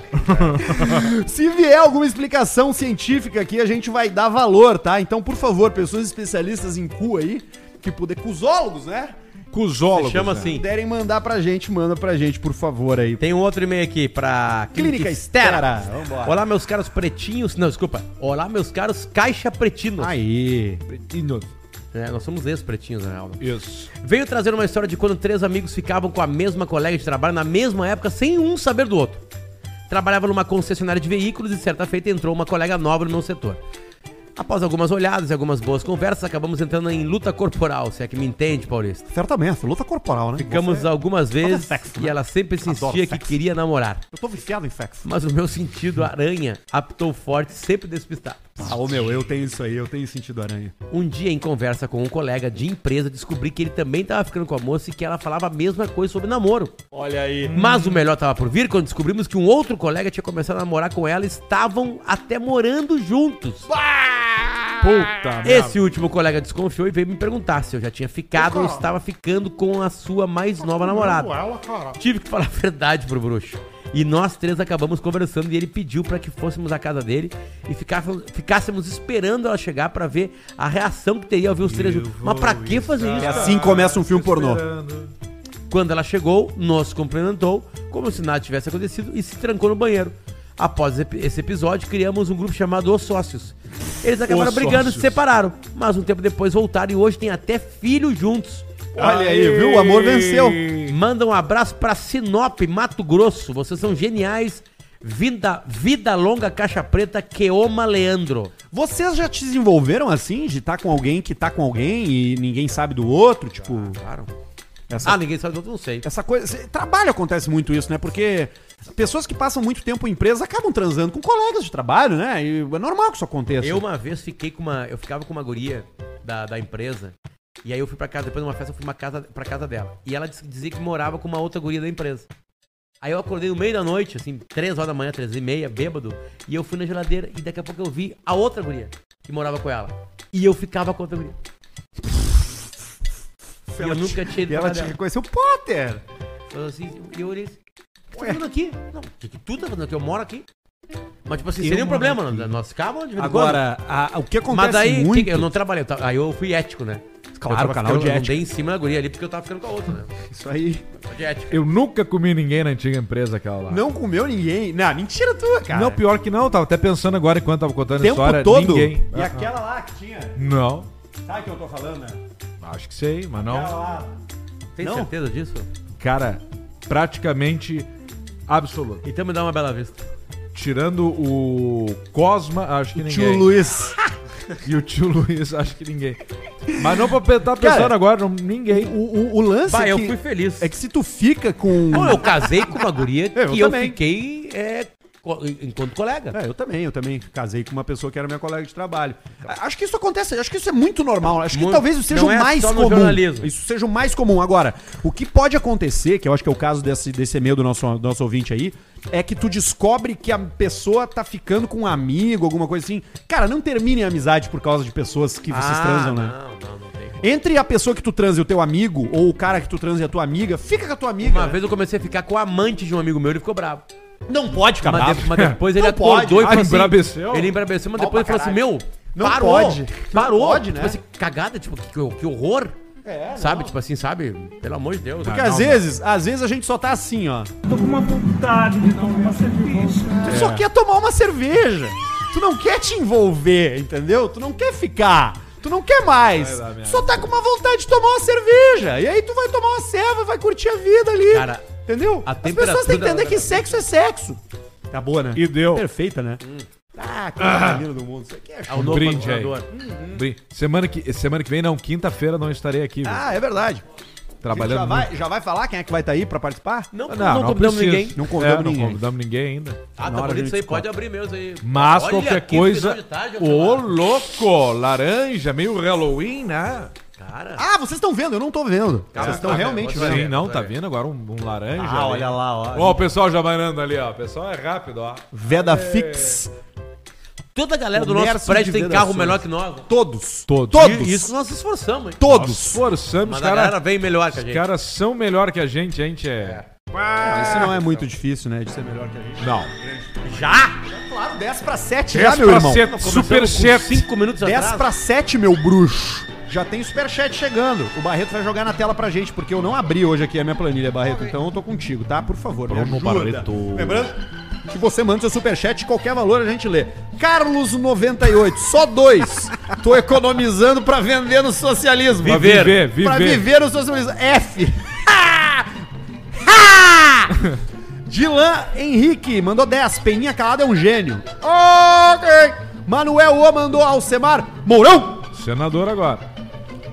[SPEAKER 1] Se vier alguma explicação científica aqui, a gente vai dar valor, tá? Então, por favor, pessoas especialistas em cu aí, que puder, cusólogos, né?
[SPEAKER 2] Cusólogo.
[SPEAKER 3] Se chama assim.
[SPEAKER 1] Puderem mandar pra gente, manda pra gente, por favor, aí.
[SPEAKER 3] Tem um outro e-mail aqui pra
[SPEAKER 1] Clínica Estera. Vambora.
[SPEAKER 3] Olá, meus caros pretinhos. Não, desculpa. Olá, meus caros caixa pretinos.
[SPEAKER 1] Aí.
[SPEAKER 3] É, nós somos ex-pretinhos, na real.
[SPEAKER 2] Isso.
[SPEAKER 3] Veio trazer uma história de quando três amigos ficavam com a mesma colega de trabalho na mesma época, sem um saber do outro. Trabalhava numa concessionária de veículos e certa feita entrou uma colega nova no meu setor. Após algumas olhadas e algumas boas conversas, acabamos entrando em luta corporal, se é que me entende, Paulista.
[SPEAKER 1] Certamente, luta corporal, né?
[SPEAKER 3] Ficamos algumas vezes
[SPEAKER 1] sexo,
[SPEAKER 3] e
[SPEAKER 1] né?
[SPEAKER 3] ela sempre insistia
[SPEAKER 1] Adoro
[SPEAKER 3] que
[SPEAKER 1] sexo.
[SPEAKER 3] queria namorar.
[SPEAKER 1] Eu tô viciado em sexo.
[SPEAKER 3] Mas o meu sentido aranha apitou forte, sempre despistado.
[SPEAKER 1] Ah, ô meu, eu tenho isso aí, eu tenho sentido aranha.
[SPEAKER 3] Um dia, em conversa com um colega de empresa, descobri que ele também tava ficando com a moça e que ela falava a mesma coisa sobre namoro.
[SPEAKER 4] Olha aí.
[SPEAKER 3] Mas o melhor tava por vir quando descobrimos que um outro colega tinha começado a namorar com ela e estavam até morando juntos.
[SPEAKER 2] Puta
[SPEAKER 3] Esse último colega desconfiou e veio me perguntar se eu já tinha ficado ou estava ficando com a sua mais nova namorada. Tive que falar a verdade pro bruxo. E nós três acabamos conversando e ele pediu pra que fôssemos à casa dele e ficássemos, ficássemos esperando ela chegar pra ver a reação que teria ao ver os três juntos. Mas pra que fazer isso?
[SPEAKER 1] É
[SPEAKER 3] cara?
[SPEAKER 1] assim que começa um filme pornô.
[SPEAKER 3] Quando ela chegou, nos cumprimentou, como se nada tivesse acontecido, e se trancou no banheiro. Após ep- esse episódio, criamos um grupo chamado Os Sócios. Eles acabaram
[SPEAKER 2] Os
[SPEAKER 3] brigando e se
[SPEAKER 2] Sócios.
[SPEAKER 3] separaram, mas um tempo depois voltaram e hoje têm até filho juntos.
[SPEAKER 1] Olha aí, viu? O amor venceu.
[SPEAKER 3] Manda um abraço pra Sinop, Mato Grosso. Vocês são geniais. Vida, vida longa, caixa preta, Keoma Leandro.
[SPEAKER 1] Vocês já te desenvolveram assim, de estar com alguém que tá com alguém e ninguém sabe do outro? Tipo,
[SPEAKER 3] Claro.
[SPEAKER 1] essa
[SPEAKER 3] Ah, ninguém sabe do outro, não sei.
[SPEAKER 1] Essa coisa. cê- Trabalho acontece muito isso, né? Porque pessoas que passam muito tempo em empresas acabam transando com colegas de trabalho, né? E é normal que isso aconteça.
[SPEAKER 3] Eu uma vez fiquei com uma. Eu ficava com uma guria da, da empresa. E aí eu fui pra casa, depois de uma festa, eu fui uma casa, pra casa dela. E ela disse- dizia que morava com uma outra guria da empresa. Aí eu acordei no meio da noite, assim, três horas da manhã, três e meia, bêbado. E eu fui na geladeira e daqui a pouco eu vi a outra guria que morava com ela. E eu ficava com a outra guria. E eu nunca tinha ido
[SPEAKER 1] E
[SPEAKER 3] pra
[SPEAKER 1] ela
[SPEAKER 3] casa
[SPEAKER 1] te
[SPEAKER 3] dela.
[SPEAKER 1] reconheceu. Potter!
[SPEAKER 3] Eu, assim, eu olhei assim, o que tá fazendo aqui? Não, o que, que tu tá fazendo aqui? Eu moro aqui. Mas, tipo assim,
[SPEAKER 1] Eu
[SPEAKER 3] seria um
[SPEAKER 1] moro
[SPEAKER 3] problema.
[SPEAKER 1] aqui.
[SPEAKER 3] Nós ficávamos de vez em quando.
[SPEAKER 1] Agora, a- o que acontece
[SPEAKER 3] Mas daí,
[SPEAKER 1] muito.
[SPEAKER 3] que- eu não trabalhei, eu ta- aí eu fui ético, né?
[SPEAKER 1] Claro,
[SPEAKER 3] eu tava
[SPEAKER 1] canal
[SPEAKER 3] ficando-
[SPEAKER 1] de
[SPEAKER 3] eu
[SPEAKER 1] ética.
[SPEAKER 3] andei em cima da guria ali porque eu tava ficando com a outra, né?
[SPEAKER 1] Isso aí.
[SPEAKER 3] De ética.
[SPEAKER 2] Eu nunca comi ninguém na antiga empresa aquela lá.
[SPEAKER 1] Não comeu ninguém. Não, mentira tua, cara.
[SPEAKER 2] Não, pior que não. Eu tava até pensando agora enquanto tava contando
[SPEAKER 1] O
[SPEAKER 2] a
[SPEAKER 1] tempo
[SPEAKER 2] história.
[SPEAKER 1] todo.
[SPEAKER 2] Ninguém.
[SPEAKER 1] E aquela lá que tinha.
[SPEAKER 2] Não.
[SPEAKER 1] Sabe o que eu tô falando, né?
[SPEAKER 2] Acho que sei, mas
[SPEAKER 1] Aquela
[SPEAKER 2] não.
[SPEAKER 1] lá.
[SPEAKER 3] Tem
[SPEAKER 1] Não.
[SPEAKER 3] certeza disso?
[SPEAKER 2] Cara, praticamente absoluto.
[SPEAKER 3] Então me dá uma bela vista.
[SPEAKER 2] Tirando o Cosma, acho que ninguém.
[SPEAKER 1] Tio Luiz.
[SPEAKER 2] E o tio Luiz, acho que ninguém. Mas não pra pensar pensando
[SPEAKER 1] Cara,
[SPEAKER 2] agora, não- ninguém.
[SPEAKER 1] O, o, o lance
[SPEAKER 3] Bah,
[SPEAKER 1] é,
[SPEAKER 3] eu
[SPEAKER 1] que,
[SPEAKER 3] fui feliz.
[SPEAKER 1] é que se tu fica com. um
[SPEAKER 3] Não, eu casei com uma guria
[SPEAKER 1] Eu
[SPEAKER 3] que eu
[SPEAKER 1] também.
[SPEAKER 3] fiquei é, co- enquanto colega.
[SPEAKER 1] É, eu também, eu também casei com uma pessoa que era minha colega de trabalho. A- Tá. Acho que isso acontece, acho que isso é muito normal. Acho que
[SPEAKER 3] Muito.
[SPEAKER 1] talvez isso seja
[SPEAKER 3] Não
[SPEAKER 1] o
[SPEAKER 3] é
[SPEAKER 1] mais
[SPEAKER 3] só no
[SPEAKER 1] comum.
[SPEAKER 3] jornalismo.
[SPEAKER 1] Isso seja o mais comum. Agora, o que pode acontecer, que eu acho que é o caso desse, desse e-mail do nosso, do nosso ouvinte aí, é que tu descobre que a pessoa tá ficando com um amigo, alguma coisa assim. Cara, não termine a amizade por causa de pessoas que vocês transam, né?
[SPEAKER 3] Ah, Não, não, não tem.
[SPEAKER 1] Entre a pessoa que tu transa e o teu amigo, ou o cara que tu transa e a tua amiga, fica com a tua amiga.
[SPEAKER 3] Uma
[SPEAKER 1] né?
[SPEAKER 3] vez eu comecei a ficar com o amante de um amigo meu, ele ficou bravo.
[SPEAKER 1] Não pode ficar
[SPEAKER 3] Mas,
[SPEAKER 1] Tá bravo.
[SPEAKER 3] de- mas depois ele
[SPEAKER 1] Não pode.
[SPEAKER 3] acordou e
[SPEAKER 2] Ah,
[SPEAKER 3] falou assim...
[SPEAKER 2] embrabeceu?
[SPEAKER 3] Ele embrabeceu, mas
[SPEAKER 1] Mal
[SPEAKER 3] depois ele
[SPEAKER 1] pra
[SPEAKER 3] falou assim, meu,
[SPEAKER 1] Não
[SPEAKER 3] parou,
[SPEAKER 1] pode. Não
[SPEAKER 3] parou.
[SPEAKER 1] pode, né?
[SPEAKER 3] Tipo assim, cagada, tipo, que, que- que horror.
[SPEAKER 1] É,
[SPEAKER 3] sabe, tipo assim, sabe? Pelo amor de Deus.
[SPEAKER 1] Porque às vezes, às vezes a gente só tá assim, ó.
[SPEAKER 5] Tô com uma vontade de tomar uma cerveja.
[SPEAKER 1] Tu só quer tomar uma cerveja. Tu não quer te envolver, entendeu? Tu não quer ficar. Tu não quer mais.
[SPEAKER 2] Vai lá, minha
[SPEAKER 1] Tu só tá com uma vontade de tomar uma cerveja. E aí tu vai tomar uma ceva, vai curtir a vida ali.
[SPEAKER 3] Cara,
[SPEAKER 1] entendeu?
[SPEAKER 3] a
[SPEAKER 1] As pessoas têm que
[SPEAKER 3] temperatura-
[SPEAKER 1] entender que sexo é sexo. Tá boa, né?
[SPEAKER 2] E deu.
[SPEAKER 1] Perfeita, né? Ah, que maravilha do mundo. Isso aqui é
[SPEAKER 3] Ao
[SPEAKER 2] Um
[SPEAKER 3] novo
[SPEAKER 2] brinde aí.
[SPEAKER 3] patrocinador.
[SPEAKER 2] Brin- Semana que, semana que vem, não, quinta-feira não estarei aqui, viu?
[SPEAKER 1] Ah, é verdade. A gente
[SPEAKER 2] trabalhando.
[SPEAKER 1] já,
[SPEAKER 2] muito.
[SPEAKER 1] vai, já vai falar quem é que vai estar aí pra participar?
[SPEAKER 3] Não, não,
[SPEAKER 2] Não, não
[SPEAKER 3] convidamos
[SPEAKER 2] preciso.
[SPEAKER 3] ninguém.
[SPEAKER 1] Não convidamos
[SPEAKER 2] É,
[SPEAKER 1] ninguém.
[SPEAKER 2] Não convidamos ninguém ainda.
[SPEAKER 3] Ah,
[SPEAKER 1] Na
[SPEAKER 3] tá
[SPEAKER 1] hora a
[SPEAKER 3] bonito
[SPEAKER 1] gente
[SPEAKER 3] isso aí,
[SPEAKER 1] corta.
[SPEAKER 3] pode abrir meus aí.
[SPEAKER 2] Mas
[SPEAKER 3] Olha,
[SPEAKER 2] qualquer
[SPEAKER 3] que final
[SPEAKER 2] coisa.
[SPEAKER 3] de tarde,
[SPEAKER 2] Ô,
[SPEAKER 3] Alcemar.
[SPEAKER 2] louco! Laranja, meio Halloween, né?
[SPEAKER 3] Cara,
[SPEAKER 1] Ah, vocês estão vendo, eu não tô vendo. vocês estão
[SPEAKER 3] tá vendo,
[SPEAKER 1] realmente
[SPEAKER 3] pode
[SPEAKER 1] vendo.
[SPEAKER 3] ver.
[SPEAKER 2] Sim, não, tá vendo agora um, um laranja.
[SPEAKER 1] é, Ah, olha lá, ó.
[SPEAKER 2] Ó, o pessoal já banando ali, ó. O pessoal é rápido, ó.
[SPEAKER 1] Veda Fix.
[SPEAKER 2] É.
[SPEAKER 3] toda a galera do
[SPEAKER 1] Comércio
[SPEAKER 3] nosso prédio
[SPEAKER 1] de
[SPEAKER 3] tem carro
[SPEAKER 1] vedações.
[SPEAKER 3] melhor que nós.
[SPEAKER 1] Todos.
[SPEAKER 2] Todos.
[SPEAKER 1] Todos.
[SPEAKER 3] E Isso nós nos esforçamos, hein?
[SPEAKER 1] Todos.
[SPEAKER 2] Forçamos,
[SPEAKER 3] Mas a galera
[SPEAKER 2] cara.
[SPEAKER 3] vem melhor que a
[SPEAKER 2] Os
[SPEAKER 3] gente.
[SPEAKER 2] caras são melhor que a gente, a gente é.
[SPEAKER 1] Ah, Isso não é muito difícil, né? De ser melhor que a gente.
[SPEAKER 2] Não.
[SPEAKER 3] Já?
[SPEAKER 1] Claro, 10 pra 7 já,
[SPEAKER 2] Dez
[SPEAKER 1] meu
[SPEAKER 2] pra
[SPEAKER 1] irmão.
[SPEAKER 2] sete, super set.
[SPEAKER 3] Cinco minutos
[SPEAKER 1] 10
[SPEAKER 3] atrás.
[SPEAKER 1] pra 7, meu bruxo. Já tem superchat chegando. O Barreto vai jogar na tela pra gente, porque eu não abri hoje aqui a minha planilha, Barreto. Então eu tô contigo, tá? Por favor, me
[SPEAKER 2] Bruno
[SPEAKER 1] ajuda.
[SPEAKER 2] Barreto.
[SPEAKER 1] Lembrando que você manda seu superchat, qualquer valor a gente lê. Carlos98, só dois. Tô economizando pra vender no socialismo.
[SPEAKER 2] Pra
[SPEAKER 3] Viver.
[SPEAKER 2] viver,
[SPEAKER 1] Pra
[SPEAKER 2] viver.
[SPEAKER 1] viver o socialismo. F. Ha! Ha! Dilan Henrique mandou 10. Peninha Calada é um gênio. Ok. Manuel O mandou Alcemar. Mourão,
[SPEAKER 2] Senador agora.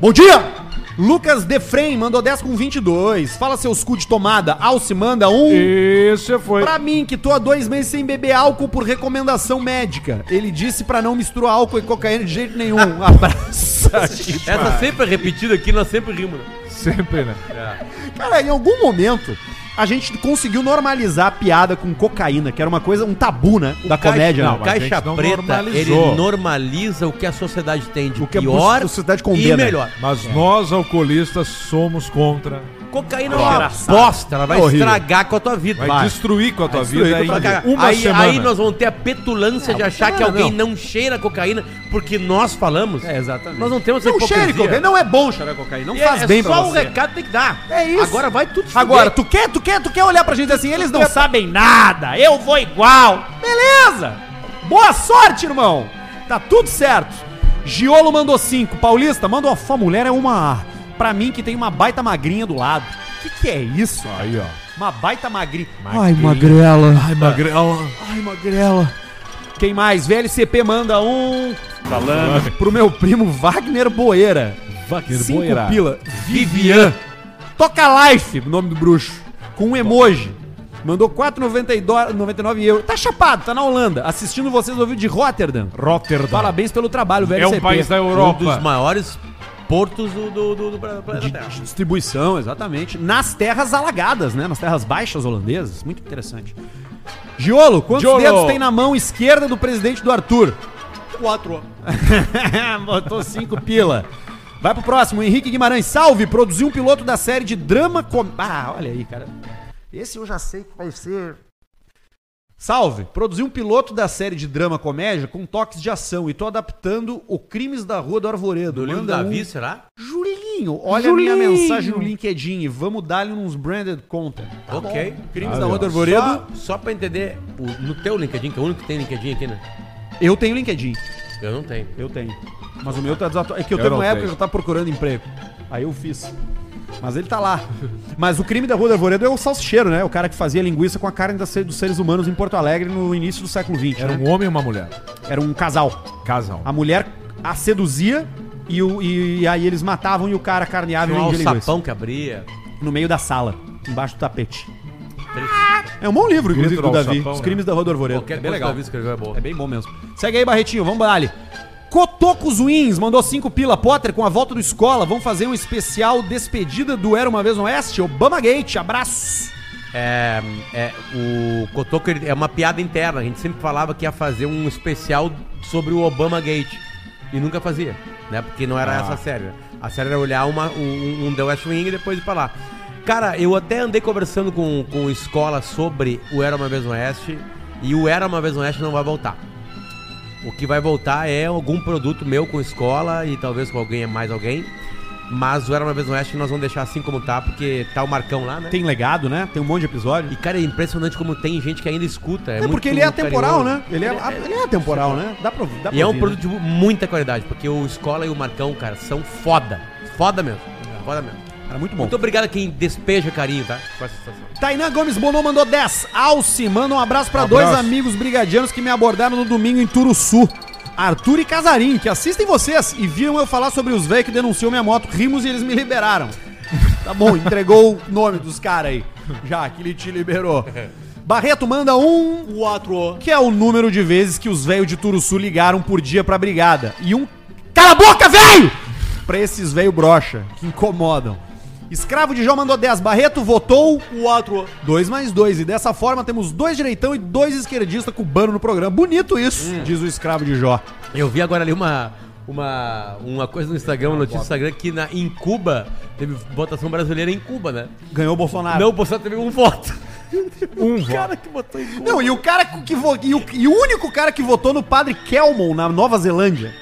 [SPEAKER 1] bom dia. Lucas Defrem mandou 10 com 22. Fala seus cu de tomada. Alce manda um.
[SPEAKER 2] Isso foi.
[SPEAKER 1] Pra mim, que tô há dois meses sem beber álcool por recomendação médica. Ele disse pra não misturar álcool e cocaína de jeito nenhum. Um Abraço.
[SPEAKER 3] Essa sempre é repetida aqui, nós sempre rimos. né?
[SPEAKER 2] Sempre, né?
[SPEAKER 1] Cara, em algum momento a gente conseguiu normalizar a piada com cocaína, que era uma coisa, um tabu, né? da
[SPEAKER 3] Caixa-
[SPEAKER 1] comédia,
[SPEAKER 3] não,
[SPEAKER 1] né?
[SPEAKER 2] mas a
[SPEAKER 3] Caixa
[SPEAKER 2] gente não
[SPEAKER 3] Preta,
[SPEAKER 2] normalizou.
[SPEAKER 3] ele normaliza o que a sociedade tem de
[SPEAKER 1] O que a
[SPEAKER 3] pior
[SPEAKER 1] sociedade
[SPEAKER 3] e
[SPEAKER 1] condena.
[SPEAKER 3] melhor.
[SPEAKER 2] Mas nós, alcoolistas, somos contra.
[SPEAKER 3] Cocaína é uma
[SPEAKER 1] Engraçado.
[SPEAKER 3] bosta, ela vai
[SPEAKER 1] É horrível.
[SPEAKER 3] estragar com a tua vida.
[SPEAKER 2] Vai, destruir com a tua
[SPEAKER 1] destruir
[SPEAKER 2] vida
[SPEAKER 1] com a tua
[SPEAKER 2] ainda.
[SPEAKER 1] cara.
[SPEAKER 2] Uma
[SPEAKER 3] aí,
[SPEAKER 2] semana.
[SPEAKER 3] aí nós vamos ter a petulância de achar que
[SPEAKER 1] Ah, não,
[SPEAKER 3] alguém não. cheira cocaína porque nós falamos.
[SPEAKER 1] É, exatamente.
[SPEAKER 3] Nós não temos essa
[SPEAKER 1] Não cheire cocaína, não é bom cheirar cocaína, não
[SPEAKER 3] E
[SPEAKER 1] faz
[SPEAKER 3] é,
[SPEAKER 1] bem
[SPEAKER 3] é
[SPEAKER 1] pra
[SPEAKER 3] só o
[SPEAKER 1] você.
[SPEAKER 3] recado que tem que dar.
[SPEAKER 1] É isso.
[SPEAKER 3] Agora vai tudo se
[SPEAKER 1] Agora,
[SPEAKER 3] fuder.
[SPEAKER 1] tu quer, tu quer, tu quer olhar pra gente assim, eles não sabem nada, eu vou igual. Beleza! Boa sorte, irmão! Tá tudo certo. Giolo mandou cinco. Paulista, manda uma fã mulher é uma. Pra mim que tem uma baita magrinha do lado. Que que é isso?
[SPEAKER 2] Aí, ó.
[SPEAKER 1] Uma baita magrinha. Ai, magrela. Ai, magrela. Ai, magrela. Quem mais? VLCP manda um. Falando. Pro meu primo Wagner Boeira.
[SPEAKER 2] Wagner
[SPEAKER 1] Cinco
[SPEAKER 2] Boeira.
[SPEAKER 1] pila. Vivian. Toca Life, o nome do bruxo. Com um emoji. Mandou 4,99 euros. Tá chapado, tá na Holanda. Assistindo vocês ao vivo de Rotterdam.
[SPEAKER 2] Rotterdam.
[SPEAKER 1] Parabéns pelo trabalho,
[SPEAKER 2] é
[SPEAKER 1] VLCP.
[SPEAKER 2] um país da
[SPEAKER 3] Um dos
[SPEAKER 2] Europa.
[SPEAKER 3] maiores portos do, do, do, do planeta
[SPEAKER 1] De,
[SPEAKER 3] Terra.
[SPEAKER 1] de distribuição, exatamente. Nas terras alagadas, né? Nas terras baixas holandesas. Muito interessante. Giolo, quantos
[SPEAKER 2] Giolo.
[SPEAKER 1] dedos tem na mão esquerda do presidente do Arthur? Quatro. Botou cinco pila. Vai pro próximo. Henrique Guimarães, salve! Produziu um piloto da série de drama com... Ah, olha aí, cara. Esse eu já sei que vai ser... Salve! Produzi um piloto da série de drama comédia com toques de ação e tô adaptando o Crimes da Rua do Arvoredo.
[SPEAKER 3] Do livro
[SPEAKER 1] Manda
[SPEAKER 3] da
[SPEAKER 1] um-
[SPEAKER 3] Vi, será?
[SPEAKER 1] Julinho Julinho, olha a minha
[SPEAKER 2] Julinho.
[SPEAKER 1] mensagem no LinkedIn e vamos dar-lhe uns branded content. Tá
[SPEAKER 3] ok.
[SPEAKER 1] bom.
[SPEAKER 3] Crimes
[SPEAKER 2] Ah,
[SPEAKER 3] da
[SPEAKER 2] meu.
[SPEAKER 3] Onda Arvoredo. Só, só pra entender, o- no teu LinkedIn, que é o único que tem LinkedIn aqui, né?
[SPEAKER 1] Eu tenho LinkedIn.
[SPEAKER 3] Eu não tenho.
[SPEAKER 1] Eu tenho. Mas o meu tá desatualizado. É que eu,
[SPEAKER 2] Eu
[SPEAKER 1] teve
[SPEAKER 2] não
[SPEAKER 1] uma época que
[SPEAKER 2] tenho.
[SPEAKER 1] eu tava procurando emprego. Aí eu fiz. Mas ele tá lá. Mas o crime da Rua do Arvoredo é o salsicheiro, né? O cara que fazia linguiça com a carne das- dos seres humanos em Porto Alegre no início do século XX.
[SPEAKER 2] Era
[SPEAKER 1] né?
[SPEAKER 2] um homem e uma mulher.
[SPEAKER 1] Era um casal.
[SPEAKER 2] Casal.
[SPEAKER 1] A mulher a seduzia e, o- e- e aí eles matavam e o cara carneava e
[SPEAKER 3] Tinha um
[SPEAKER 1] vendia linguiça.
[SPEAKER 3] alçapão que abria.
[SPEAKER 1] No meio da sala, embaixo do tapete. É um bom livro,
[SPEAKER 2] Grito
[SPEAKER 1] inclusive, do
[SPEAKER 2] do
[SPEAKER 1] Davi.
[SPEAKER 2] alçapão,
[SPEAKER 1] Os
[SPEAKER 2] né?
[SPEAKER 1] crimes da Rua do Arvoredo.
[SPEAKER 3] Qualquer
[SPEAKER 1] É bem
[SPEAKER 3] coisa que
[SPEAKER 1] legal.
[SPEAKER 3] eu vi escreveu é boa.
[SPEAKER 1] É bem bom mesmo. Segue aí, Barretinho, vamos lá ali. Cotocos Wins mandou cinco pila. Potter, com a volta do escola, vamos fazer um especial despedida do Era Uma Vez no Oeste. Obama Gate, abraço.
[SPEAKER 3] É, é, o Cotoco ele- é uma piada interna. A gente sempre falava que ia fazer um especial sobre o Obama Gate. E nunca fazia, né? Porque não era essa a série. né? A série era olhar uma, um, um The West Wing e depois ir pra lá. Cara, eu até andei conversando com, com escola sobre o Era Uma Vez no Oeste. E o Era Uma Vez no Oeste não vai voltar. O que vai voltar é algum produto meu com escola e talvez com alguém mais alguém. Mas o Era Uma Vez no Oeste nós vamos deixar assim como tá, porque tá o Marcão lá, né?
[SPEAKER 1] Tem legado, né? Tem um monte de episódio.
[SPEAKER 3] E, cara, é impressionante como tem gente que ainda escuta. É,
[SPEAKER 1] É,
[SPEAKER 3] muito
[SPEAKER 1] porque ele é atemporal,
[SPEAKER 3] carinhoso.
[SPEAKER 1] né? Ele é, ele é atemporal, né? Dá pra, dá pra
[SPEAKER 3] E é um
[SPEAKER 1] ouvir,
[SPEAKER 3] produto de muita qualidade, porque o Escola e o Marcão, cara, são foda. Foda mesmo. Foda mesmo.
[SPEAKER 1] né? Cara, muito bom.
[SPEAKER 3] Muito obrigado a quem despeja carinho, tá? Com essa sensação.
[SPEAKER 1] Tainan Gomes Bonon mandou 10. Alce, manda um abraço pra dois
[SPEAKER 2] abraço.
[SPEAKER 1] amigos brigadianos que me abordaram no domingo em Turuçu. Arthur e Casarim, que assistem vocês e viram eu falar sobre os velhos que denunciou minha moto. Rimos e eles me liberaram. Tá bom, entregou o nome dos caras aí. Já, que ele te liberou. Barreto manda um,
[SPEAKER 3] Quatro.
[SPEAKER 1] que é o número de vezes que os velhos de Turuçu ligaram por dia pra brigada. E um. Cala a boca, velho! Pra esses velho brocha, que incomodam. Escravo de Jó mandou 10. Barreto votou.
[SPEAKER 3] Quatro.
[SPEAKER 1] 2 mais 2. E dessa forma temos dois direitão e dois esquerdistas cubano no programa. Bonito isso, diz o escravo de Jó.
[SPEAKER 3] Eu vi agora ali uma, uma, uma coisa no Instagram, uma notícia no Instagram, que na, em Cuba, teve votação brasileira em Cuba, né?
[SPEAKER 1] Ganhou o Bolsonaro.
[SPEAKER 3] Não, o Bolsonaro teve um voto.
[SPEAKER 2] Um voto.
[SPEAKER 3] cara que votou em Cuba.
[SPEAKER 1] Não, e o cara que vo... e, o... e o único cara que votou no padre Kelmon na Nova Zelândia.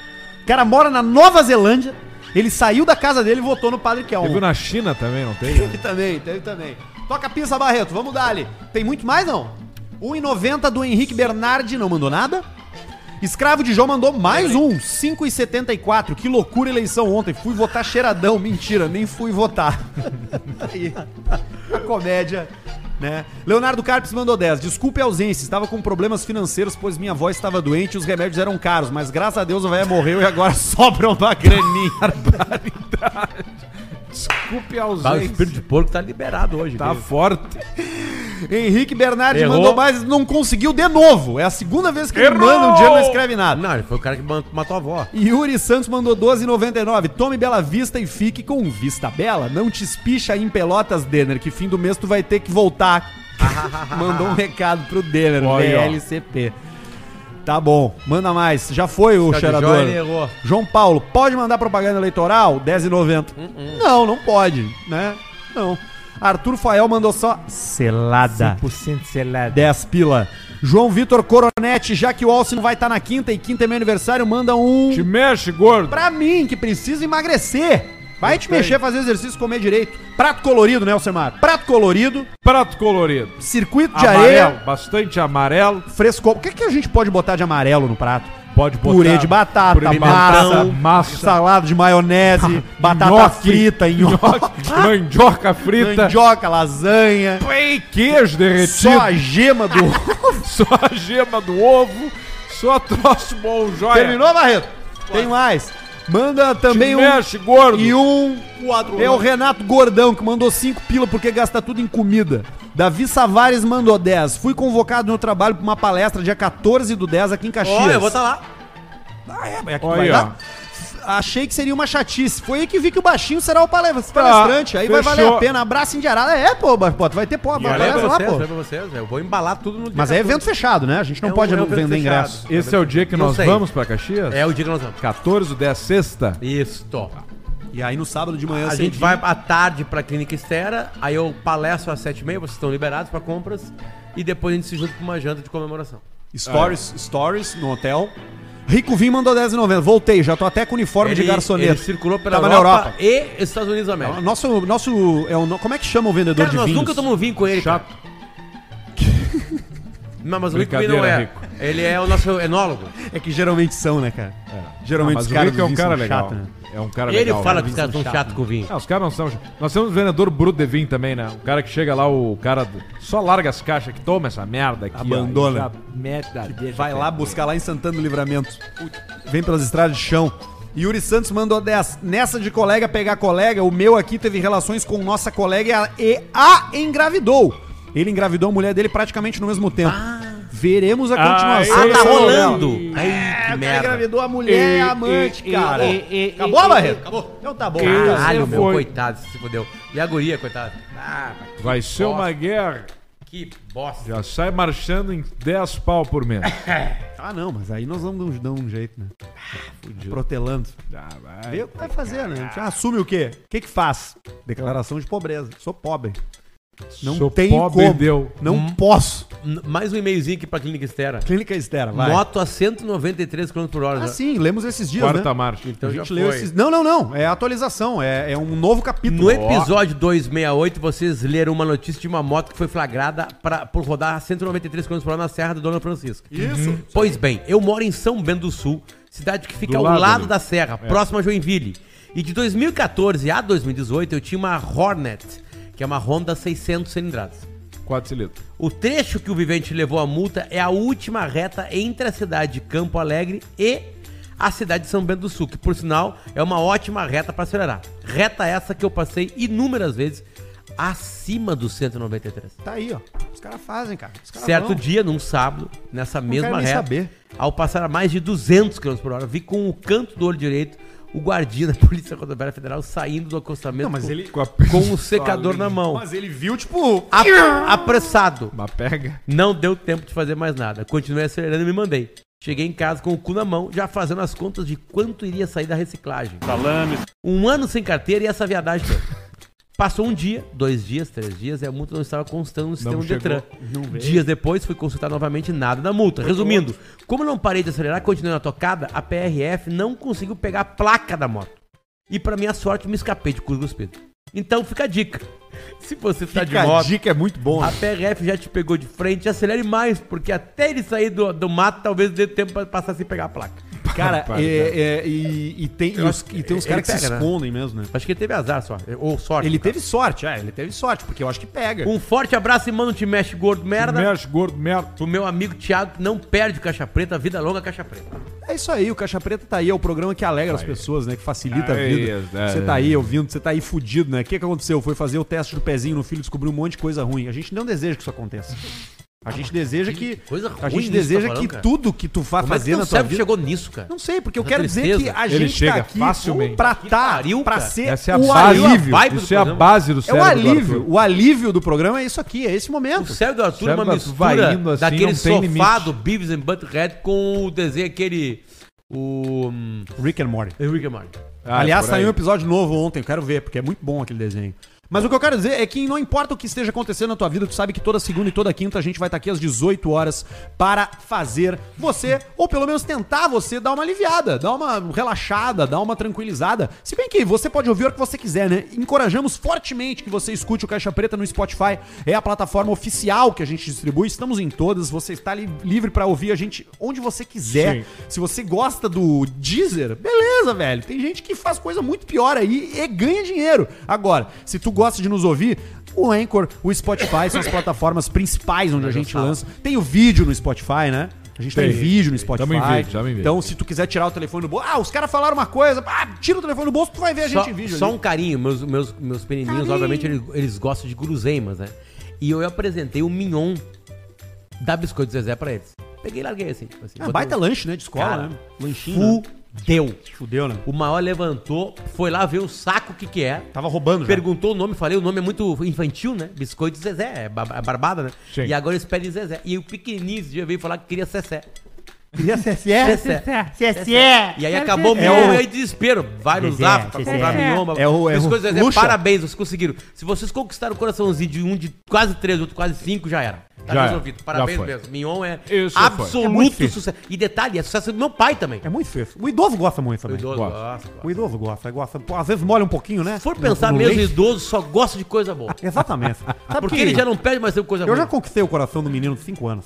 [SPEAKER 1] O cara mora na Nova Zelândia, ele saiu da casa dele e votou no padre
[SPEAKER 2] Teve
[SPEAKER 1] Kelmon.
[SPEAKER 2] na China também, não tem?
[SPEAKER 1] Teve um também, teve também. Toca a pista, Barreto, vamos dar ali. Tem muito mais, não? 1,90 do Henrique Bernardi, não mandou nada? Escravo de João mandou mais um, 5,74. Que loucura a eleição ontem. Fui votar cheiradão. Mentira, nem fui votar. Aí, a comédia, né? Leonardo Carpes mandou 10. Desculpe a ausência, estava com problemas financeiros, pois minha avó estava doente e os remédios eram caros. Mas graças a Deus a velha morreu e agora sobra uma graninha.
[SPEAKER 2] Desculpe a
[SPEAKER 3] Bah, o
[SPEAKER 2] ausência.
[SPEAKER 3] espírito de porco tá liberado hoje.
[SPEAKER 2] Tá
[SPEAKER 3] viu?
[SPEAKER 2] forte.
[SPEAKER 1] Henrique Bernardi
[SPEAKER 3] Errou.
[SPEAKER 1] mandou mais, não conseguiu de novo. É a segunda vez que ele
[SPEAKER 2] Errou!
[SPEAKER 1] manda um dia e não escreve nada.
[SPEAKER 3] Não, ele foi o cara que man- matou a avó.
[SPEAKER 1] Yuri Santos mandou 12,99. Tome Bela Vista e fique com Vista Bela. Não te espicha aí em Pelotas, Denner, que fim do mês tu vai ter que voltar. mandou um recado pro Denner,
[SPEAKER 2] Olha, ó.
[SPEAKER 1] VLCP. Tá bom, manda mais. Já foi o
[SPEAKER 3] Cara Tá de
[SPEAKER 1] cheirador.
[SPEAKER 3] joia, né? ele errou.
[SPEAKER 1] João Paulo, pode mandar propaganda eleitoral? 10,90. Não, não pode, né? Não. Arthur Fael mandou só selada. 10 pila. João Vitor Coronete, já que o Alce não vai estar na quinta e quinta é meu aniversário, manda um
[SPEAKER 2] Te mexe, gordo.
[SPEAKER 1] pra mim que precisa emagrecer. Vai te mexer, fazer exercício, comer direito. Prato colorido, né, Alcemar? Prato colorido,
[SPEAKER 2] Prato colorido.
[SPEAKER 1] circuito de
[SPEAKER 2] Amarelo,
[SPEAKER 1] areia,
[SPEAKER 2] bastante amarelo.
[SPEAKER 1] fresco. O que, que a gente pode botar de amarelo no prato?
[SPEAKER 2] Pode botar.
[SPEAKER 1] Purê de batata,
[SPEAKER 2] purê de
[SPEAKER 1] massa,
[SPEAKER 2] batata, massa.
[SPEAKER 1] salada de maionese, batata
[SPEAKER 2] nhoque,
[SPEAKER 1] frita, nhoque,
[SPEAKER 2] Mandioca frita.
[SPEAKER 1] mandioca, lasanha,
[SPEAKER 2] Pei, queijo
[SPEAKER 1] só
[SPEAKER 2] derretido.
[SPEAKER 1] a gema do...
[SPEAKER 2] Só, a gema do ovo. Só troço bom, joia.
[SPEAKER 1] Terminou, Barreto? Tem mais. Manda
[SPEAKER 2] Te
[SPEAKER 1] também um...
[SPEAKER 2] mexe, gordo.
[SPEAKER 1] E um é
[SPEAKER 3] né?
[SPEAKER 1] o Renato Gordão, que mandou 5 pila porque gasta tudo em comida. Davi Savares mandou 10. Fui convocado no trabalho para uma palestra dia 14 do 10 aqui em Caxias.
[SPEAKER 3] Ó, eu vou tá lá.
[SPEAKER 1] Ah, é, é aqui
[SPEAKER 2] Olha
[SPEAKER 1] vai
[SPEAKER 2] aí,
[SPEAKER 1] dar?
[SPEAKER 2] ó.
[SPEAKER 1] F- Achei que seria uma chatice. Foi aí que vi que o baixinho será o pale- palestrante. Aí vai
[SPEAKER 2] Tá, fechou.
[SPEAKER 1] valer a pena. Abraço em Diarada. É, pô, Bota, vai ter pô,
[SPEAKER 3] Eu
[SPEAKER 1] palestra
[SPEAKER 3] levo
[SPEAKER 1] lá,
[SPEAKER 3] vocês,
[SPEAKER 1] pô.
[SPEAKER 3] levo vocês. Eu vou embalar tudo no dia
[SPEAKER 1] Mas é evento fechado, né? A gente não
[SPEAKER 3] É um-
[SPEAKER 1] pode
[SPEAKER 3] é um evento
[SPEAKER 1] vender
[SPEAKER 3] fechado.
[SPEAKER 1] ingressos.
[SPEAKER 2] Esse é o dia que
[SPEAKER 3] Não
[SPEAKER 2] nós
[SPEAKER 3] sei.
[SPEAKER 2] vamos pra Caxias?
[SPEAKER 3] É o dia que nós vamos.
[SPEAKER 2] 14, 10, sexta.
[SPEAKER 3] Isso, top.
[SPEAKER 1] E aí no sábado Então, assim, de manhã
[SPEAKER 3] A gente vai à tarde pra Clínica Estera, aí eu palestro às 7h30, vocês estão liberados pra compras, e depois a gente se junta pra uma janta de comemoração.
[SPEAKER 1] Stories, stories no hotel. É. Rico Vim mandou 10,90. Voltei, já tô até com uniforme de garçonete.
[SPEAKER 3] Ele circulou pela
[SPEAKER 1] Tava
[SPEAKER 3] Europa,
[SPEAKER 1] na Europa.
[SPEAKER 3] e Estados Unidos da América.
[SPEAKER 1] Nosso, nosso, é o no- como é que chama o vendedor
[SPEAKER 3] Cara,
[SPEAKER 1] de
[SPEAKER 3] nós
[SPEAKER 1] vinhos?
[SPEAKER 3] nunca tomamos vinho com ele, cara. Não, mas o Rico Pinho não
[SPEAKER 2] Brincadeira,
[SPEAKER 3] é.
[SPEAKER 2] Rico.
[SPEAKER 3] Ele é o nosso enólogo.
[SPEAKER 1] É que geralmente são, né, cara? Geralmente
[SPEAKER 2] Mas
[SPEAKER 1] os
[SPEAKER 2] o
[SPEAKER 1] caras
[SPEAKER 2] Rico é um
[SPEAKER 1] vinhos
[SPEAKER 2] cara
[SPEAKER 1] são
[SPEAKER 2] legal.
[SPEAKER 1] chato, né?
[SPEAKER 2] É um cara
[SPEAKER 3] ele
[SPEAKER 2] legal.
[SPEAKER 3] fala
[SPEAKER 2] né?
[SPEAKER 3] que os caras tão chatos com vinho.
[SPEAKER 2] Ah, os caras não são. Nós temos o vendedor Bruto de Vinho também, né? O cara que chega lá, o cara só larga as caixas, que toma essa merda aqui. ó,
[SPEAKER 1] Abandona.
[SPEAKER 2] e Ah, já mete da deixa
[SPEAKER 1] Vai lá
[SPEAKER 2] pra-
[SPEAKER 1] buscar lá em Santana do Livramento. Vem pelas estradas de chão. Yuri Santos mandou 10. Nessa de colega pegar colega, o meu aqui teve relações com nossa colega e a- e a engravidou. Ele engravidou a mulher dele praticamente no mesmo tempo. Veremos a continuação.
[SPEAKER 2] Ah,
[SPEAKER 1] dessa
[SPEAKER 2] tá
[SPEAKER 1] novela.
[SPEAKER 2] rolando.
[SPEAKER 3] Ai, que
[SPEAKER 1] É, O cara
[SPEAKER 3] merda.
[SPEAKER 1] engravidou a mulher,
[SPEAKER 2] E-
[SPEAKER 1] a amante,
[SPEAKER 2] e-
[SPEAKER 1] cara.
[SPEAKER 2] e- e-
[SPEAKER 1] Acabou,
[SPEAKER 2] e-
[SPEAKER 1] Barreto? Acabou. Então tá bom.
[SPEAKER 2] E-
[SPEAKER 3] Caralho,
[SPEAKER 2] Você
[SPEAKER 3] meu,
[SPEAKER 2] foi.
[SPEAKER 3] coitado, se fudeu. E a guria, coitado. Ah,
[SPEAKER 2] Vai ser uma guerra.
[SPEAKER 3] que bosta.
[SPEAKER 2] Já sai marchando em 10 pau por mês.
[SPEAKER 1] Ah, não, mas aí nós vamos dar um, dar um jeito, né? Protelando.
[SPEAKER 2] Tá
[SPEAKER 1] Vê o que vai fazer, né? Já assume o quê? O que que faz? Declaração de pobreza. Sou pobre. Não
[SPEAKER 2] Sou
[SPEAKER 1] tem
[SPEAKER 2] pobre,
[SPEAKER 1] como.
[SPEAKER 2] deu.
[SPEAKER 1] Não posso.
[SPEAKER 3] N- Mais um e-mailzinho aqui pra Clínica Estera.
[SPEAKER 1] Clínica Estera, vai.
[SPEAKER 3] Moto a 193 km por hora.
[SPEAKER 1] Ah, sim, lemos esses dias,
[SPEAKER 2] Quarta
[SPEAKER 1] né?
[SPEAKER 2] marcha.
[SPEAKER 3] Então
[SPEAKER 1] A
[SPEAKER 3] já
[SPEAKER 1] gente
[SPEAKER 3] foi.
[SPEAKER 1] leu esses... Não, não, não. É atualização. É, é um novo capítulo.
[SPEAKER 3] No episódio 268, vocês leram uma notícia de uma moto que foi flagrada pra, por rodar a 193 km por hora na Serra do Dona Francisca.
[SPEAKER 1] Isso.
[SPEAKER 3] Pois bem, eu moro em São Bento do Sul, cidade que fica
[SPEAKER 2] Do
[SPEAKER 3] ao
[SPEAKER 2] lado
[SPEAKER 3] lado,
[SPEAKER 2] ali. É.
[SPEAKER 3] da serra, próxima a Joinville. E de 2014 a 2018 eu tinha uma Hornet, que é uma Honda 600 cilindradas.
[SPEAKER 2] 4 litros.
[SPEAKER 3] O trecho que o vivente levou a multa é a última reta entre a cidade de Campo Alegre e a cidade de São Bento do Sul, que por sinal é uma ótima reta para acelerar. Reta essa que eu passei inúmeras vezes acima dos 193.
[SPEAKER 1] Tá aí, ó. Os caras fazem, cara. Os caras
[SPEAKER 3] Certo
[SPEAKER 1] vão.
[SPEAKER 3] dia, num sábado, nessa mesma
[SPEAKER 1] quero nem
[SPEAKER 3] reta,
[SPEAKER 1] saber.
[SPEAKER 3] ao passar a mais de 200 km por hora, vi com o canto do olho direito o guardinha da Polícia Rodoviária Federal saindo do acostamento
[SPEAKER 1] Não, mas
[SPEAKER 3] com,
[SPEAKER 1] ele-
[SPEAKER 3] com, o secador na mão.
[SPEAKER 1] Mas ele viu, tipo...
[SPEAKER 3] Ap- apressado.
[SPEAKER 2] Uma pega.
[SPEAKER 3] Não deu tempo de fazer mais nada. Continuei acelerando e me mandei. Cheguei em casa com o cu na mão, já fazendo as contas de quanto iria sair da reciclagem. Um ano sem carteira e essa viadagem toda. Passou um dia, dois dias, três dias, e a multa não estava constando no sistema do
[SPEAKER 2] chegou.
[SPEAKER 3] Detran. Dias depois, fui consultar novamente nada da multa. Resumindo, como não parei de acelerar, continuei na tocada, a PRF não conseguiu pegar a placa da moto. E pra minha sorte, me escapei de cu cuspido. Então fica a dica. Se você tá de
[SPEAKER 1] Fica a
[SPEAKER 3] moto,
[SPEAKER 1] dica é muito bom.
[SPEAKER 3] a PRF já te pegou de frente, acelere mais, porque até ele sair do, do mato, talvez dê tempo pra passar sem pegar a placa.
[SPEAKER 1] Cara,
[SPEAKER 2] Rapaz,
[SPEAKER 1] é- é- e, e tem, e, os- e tem uns
[SPEAKER 3] ele
[SPEAKER 1] caras que se
[SPEAKER 3] pega, né?
[SPEAKER 1] escondem
[SPEAKER 2] É.
[SPEAKER 1] mesmo, né?
[SPEAKER 3] Acho que ele teve azar só, ou sorte.
[SPEAKER 1] Ele
[SPEAKER 3] no caso.
[SPEAKER 1] teve sorte, é, ele teve sorte, porque eu acho que pega.
[SPEAKER 3] Um forte abraço e mano, te mexe gordo merda.
[SPEAKER 2] Mexe, gordo, merda.
[SPEAKER 3] Pro meu amigo Thiago, que não perde o Caixa Preta, vida longa Caixa Preta.
[SPEAKER 1] É isso aí, o Caixa Preta tá aí, é o programa que alegra as pessoas, né? Que facilita
[SPEAKER 2] Aí,
[SPEAKER 1] a vida.
[SPEAKER 2] é,
[SPEAKER 1] Você tá aí ouvindo, você tá aí fudido, né? O que, que aconteceu? Foi fazer o teste do pezinho no filho e descobriu um monte de coisa ruim. A gente não deseja que isso aconteça. A gente deseja que.
[SPEAKER 3] coisa ruim
[SPEAKER 1] a gente
[SPEAKER 3] isso
[SPEAKER 1] deseja
[SPEAKER 3] tá falando,
[SPEAKER 1] que
[SPEAKER 3] cara.
[SPEAKER 1] tudo que tu vá
[SPEAKER 3] Como é que
[SPEAKER 1] fazer
[SPEAKER 3] teu
[SPEAKER 1] na tua
[SPEAKER 3] cérebro
[SPEAKER 1] vida.
[SPEAKER 3] chegou nisso, cara?
[SPEAKER 1] Não sei, porque eu
[SPEAKER 3] Na
[SPEAKER 1] quero dizer que
[SPEAKER 3] tristeza.
[SPEAKER 1] a
[SPEAKER 2] Ele
[SPEAKER 1] gente
[SPEAKER 2] chega
[SPEAKER 1] tá aqui
[SPEAKER 2] facilmente.
[SPEAKER 1] pra tá,
[SPEAKER 3] pariu,
[SPEAKER 1] pra
[SPEAKER 3] cara.
[SPEAKER 1] ser
[SPEAKER 2] Essa é a
[SPEAKER 1] o
[SPEAKER 2] base.
[SPEAKER 1] alívio.
[SPEAKER 3] vibe do
[SPEAKER 2] Isso é a
[SPEAKER 3] programa.
[SPEAKER 2] base
[SPEAKER 1] É
[SPEAKER 2] do
[SPEAKER 1] o
[SPEAKER 2] cérebro. do
[SPEAKER 1] alívio.
[SPEAKER 2] Arthur.
[SPEAKER 1] O alívio do programa é isso aqui, é esse
[SPEAKER 3] O
[SPEAKER 1] momento.
[SPEAKER 3] cérebro do Arthur é
[SPEAKER 2] Cérebro
[SPEAKER 3] uma
[SPEAKER 2] do Arthur vai
[SPEAKER 3] mistura
[SPEAKER 2] indo assim,
[SPEAKER 3] daquele
[SPEAKER 2] não tem
[SPEAKER 3] sofá
[SPEAKER 2] limite.
[SPEAKER 3] do Beavis and Butthead com o desenho aquele... O... hum,
[SPEAKER 1] Rick and Morty.
[SPEAKER 3] Rick and Morty.
[SPEAKER 2] Ah,
[SPEAKER 1] Aliás,
[SPEAKER 2] por aí.
[SPEAKER 1] saiu um episódio novo ontem, eu quero ver, porque é muito bom aquele desenho. Mas o que eu quero dizer é que não importa o que esteja acontecendo na tua vida, tu sabe que toda segunda e toda quinta a gente vai estar aqui às 18 horas para fazer você, ou pelo menos tentar você, dar uma aliviada, dar uma relaxada, dar uma tranquilizada. Se bem que você pode ouvir o que você quiser, né? Encorajamos fortemente que você escute o Caixa Preta no Spotify, é a plataforma oficial que a gente distribui, estamos em todas, você está li- livre para ouvir a gente onde você quiser.
[SPEAKER 2] Sim.
[SPEAKER 1] Se você gosta do Deezer, beleza, velho. Tem gente que faz coisa muito pior aí e ganha dinheiro. Agora, se tu gosta de nos ouvir, o Anchor, o Spotify são as plataformas principais onde a gente lança. Tem o vídeo no Spotify, né? A gente tem,
[SPEAKER 2] Tem.
[SPEAKER 1] vídeo no Spotify.
[SPEAKER 2] Tamo em vídeo, tamo em vídeo.
[SPEAKER 1] Então, se tu quiser tirar o telefone do bolso. Ah, os caras falaram uma coisa. Ah, tira o telefone do bolso, tu vai ver a gente
[SPEAKER 3] só,
[SPEAKER 1] em vídeo.
[SPEAKER 3] só
[SPEAKER 1] ali.
[SPEAKER 3] um carinho, meus, meus, meus pequenininhos,
[SPEAKER 1] Carinho.
[SPEAKER 3] obviamente, eles, eles gostam de guloseimas, né? E eu apresentei o mignon da Biscoito Zezé pra eles. Peguei e larguei assim, tipo assim.
[SPEAKER 1] Ah, baita lanche, né? De escola,
[SPEAKER 3] Cara,
[SPEAKER 1] né? Lanchinho. né?
[SPEAKER 3] Fudeu.
[SPEAKER 1] Fudeu, né?
[SPEAKER 3] O maior levantou, foi lá ver o saco o que que é.
[SPEAKER 1] Tava roubando. já.
[SPEAKER 3] Perguntou o nome, falei, o nome é muito infantil, né? Biscoito Zezé, é ba- é barbada, né?
[SPEAKER 2] Sim.
[SPEAKER 3] E agora eles pedem Zezé. E o pequenininho esse dia veio falar que queria Cessé. E aí acabou o
[SPEAKER 1] É
[SPEAKER 3] meu
[SPEAKER 1] o-
[SPEAKER 3] aí desespero. Vai no zap pra comprar mioma.
[SPEAKER 1] É o- é o
[SPEAKER 3] Essas coisas, é,
[SPEAKER 1] Luxa.
[SPEAKER 3] parabéns, vocês conseguiram. Se vocês conquistaram o coraçãozinho de um de quase três, outro quase cinco, já era. Tá
[SPEAKER 2] Já é,
[SPEAKER 3] resolvido.
[SPEAKER 2] já
[SPEAKER 3] Parabéns
[SPEAKER 2] foi.
[SPEAKER 3] mesmo. Mignon é
[SPEAKER 2] Isso foi.
[SPEAKER 1] É
[SPEAKER 3] absoluto
[SPEAKER 1] muito difícil.
[SPEAKER 3] sucesso. E detalhe, é sucesso do meu pai também.
[SPEAKER 1] É muito fofo. O idoso gosta muito
[SPEAKER 3] O
[SPEAKER 1] também.
[SPEAKER 3] idoso
[SPEAKER 2] Gosto.
[SPEAKER 3] gosta, gosta.
[SPEAKER 1] O idoso gosta, gosta. Pô, às vezes molha um pouquinho, né?
[SPEAKER 3] Se for pensar
[SPEAKER 1] No- no
[SPEAKER 3] mesmo,
[SPEAKER 1] leite.
[SPEAKER 3] idoso só gosta de coisa boa.
[SPEAKER 1] Exatamente. Sabe
[SPEAKER 3] Porque
[SPEAKER 1] que
[SPEAKER 3] ele já não pede mais tempo coisa
[SPEAKER 1] Eu
[SPEAKER 3] boa.
[SPEAKER 1] já conquistei o coração do menino de 5 anos.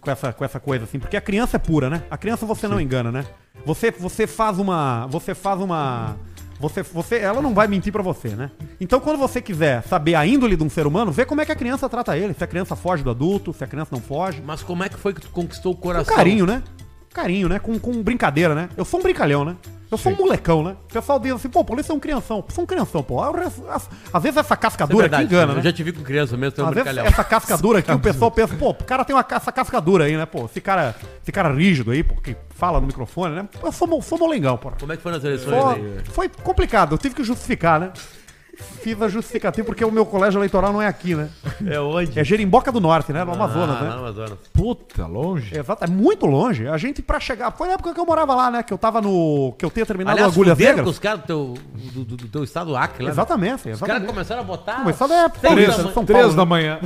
[SPEAKER 1] Com essa, com essa coisa, assim, porque a criança é pura, né? A criança você não engana, né? Você, você faz uma. Você faz uma. Você, você, ela não vai mentir pra você, né? Então, quando você quiser saber a índole de um ser humano, vê como é que a criança trata ele. Se a criança foge do adulto, se a criança não foge.
[SPEAKER 3] Mas como é que foi que tu conquistou o
[SPEAKER 1] Com
[SPEAKER 3] coração?
[SPEAKER 1] carinho, né? Com Carinho, né? Com, com brincadeira, né? Eu sou um brincalhão, né? Eu sou um molecão, né? O pessoal diz assim, pô, polícia é um crianção. Sou um crianção, pô. Eu res- as- Às vezes essa casca
[SPEAKER 3] Isso é
[SPEAKER 1] dura
[SPEAKER 3] verdade,
[SPEAKER 1] que engana,
[SPEAKER 3] eu
[SPEAKER 1] né?
[SPEAKER 3] já te vi com criança mesmo, tem um
[SPEAKER 1] Às vezes é-
[SPEAKER 3] brincalhão.
[SPEAKER 1] essa casca dura aqui, o pessoal pensa, pô, o cara tem uma ca- essa casca dura aí, né, pô? Esse cara, esse cara rígido aí, pô, que fala no microfone, né? Eu sou, mo- sou molengão, pô.
[SPEAKER 3] Como é que foi nas eleições aí?
[SPEAKER 1] Foi, foi complicado, eu tive que justificar, né? Fiz a justificativa porque o meu colégio eleitoral não é aqui, né?
[SPEAKER 3] É onde?
[SPEAKER 1] É Jerimboca do Norte, né? No Amazonas,
[SPEAKER 3] ah, lá
[SPEAKER 1] né?
[SPEAKER 3] no Amazonas.
[SPEAKER 2] Puta, longe.
[SPEAKER 1] Exato, é muito longe. A gente, pra chegar. Foi na época que eu morava lá, né? Que eu tava no. Que eu tinha terminado
[SPEAKER 3] Aliás,
[SPEAKER 1] a Agulha
[SPEAKER 3] fuderam
[SPEAKER 1] Negra.
[SPEAKER 3] com os caras do teu, do, do- do teu estado do Acre lá. né?
[SPEAKER 1] Exatamente,
[SPEAKER 3] Os caras
[SPEAKER 1] exatamente.
[SPEAKER 3] começaram a botar...
[SPEAKER 1] Começaram, é,
[SPEAKER 3] seis
[SPEAKER 1] três,
[SPEAKER 3] da manhã.
[SPEAKER 1] São
[SPEAKER 2] Três
[SPEAKER 1] Paulo,
[SPEAKER 2] da
[SPEAKER 1] né?
[SPEAKER 2] manhã.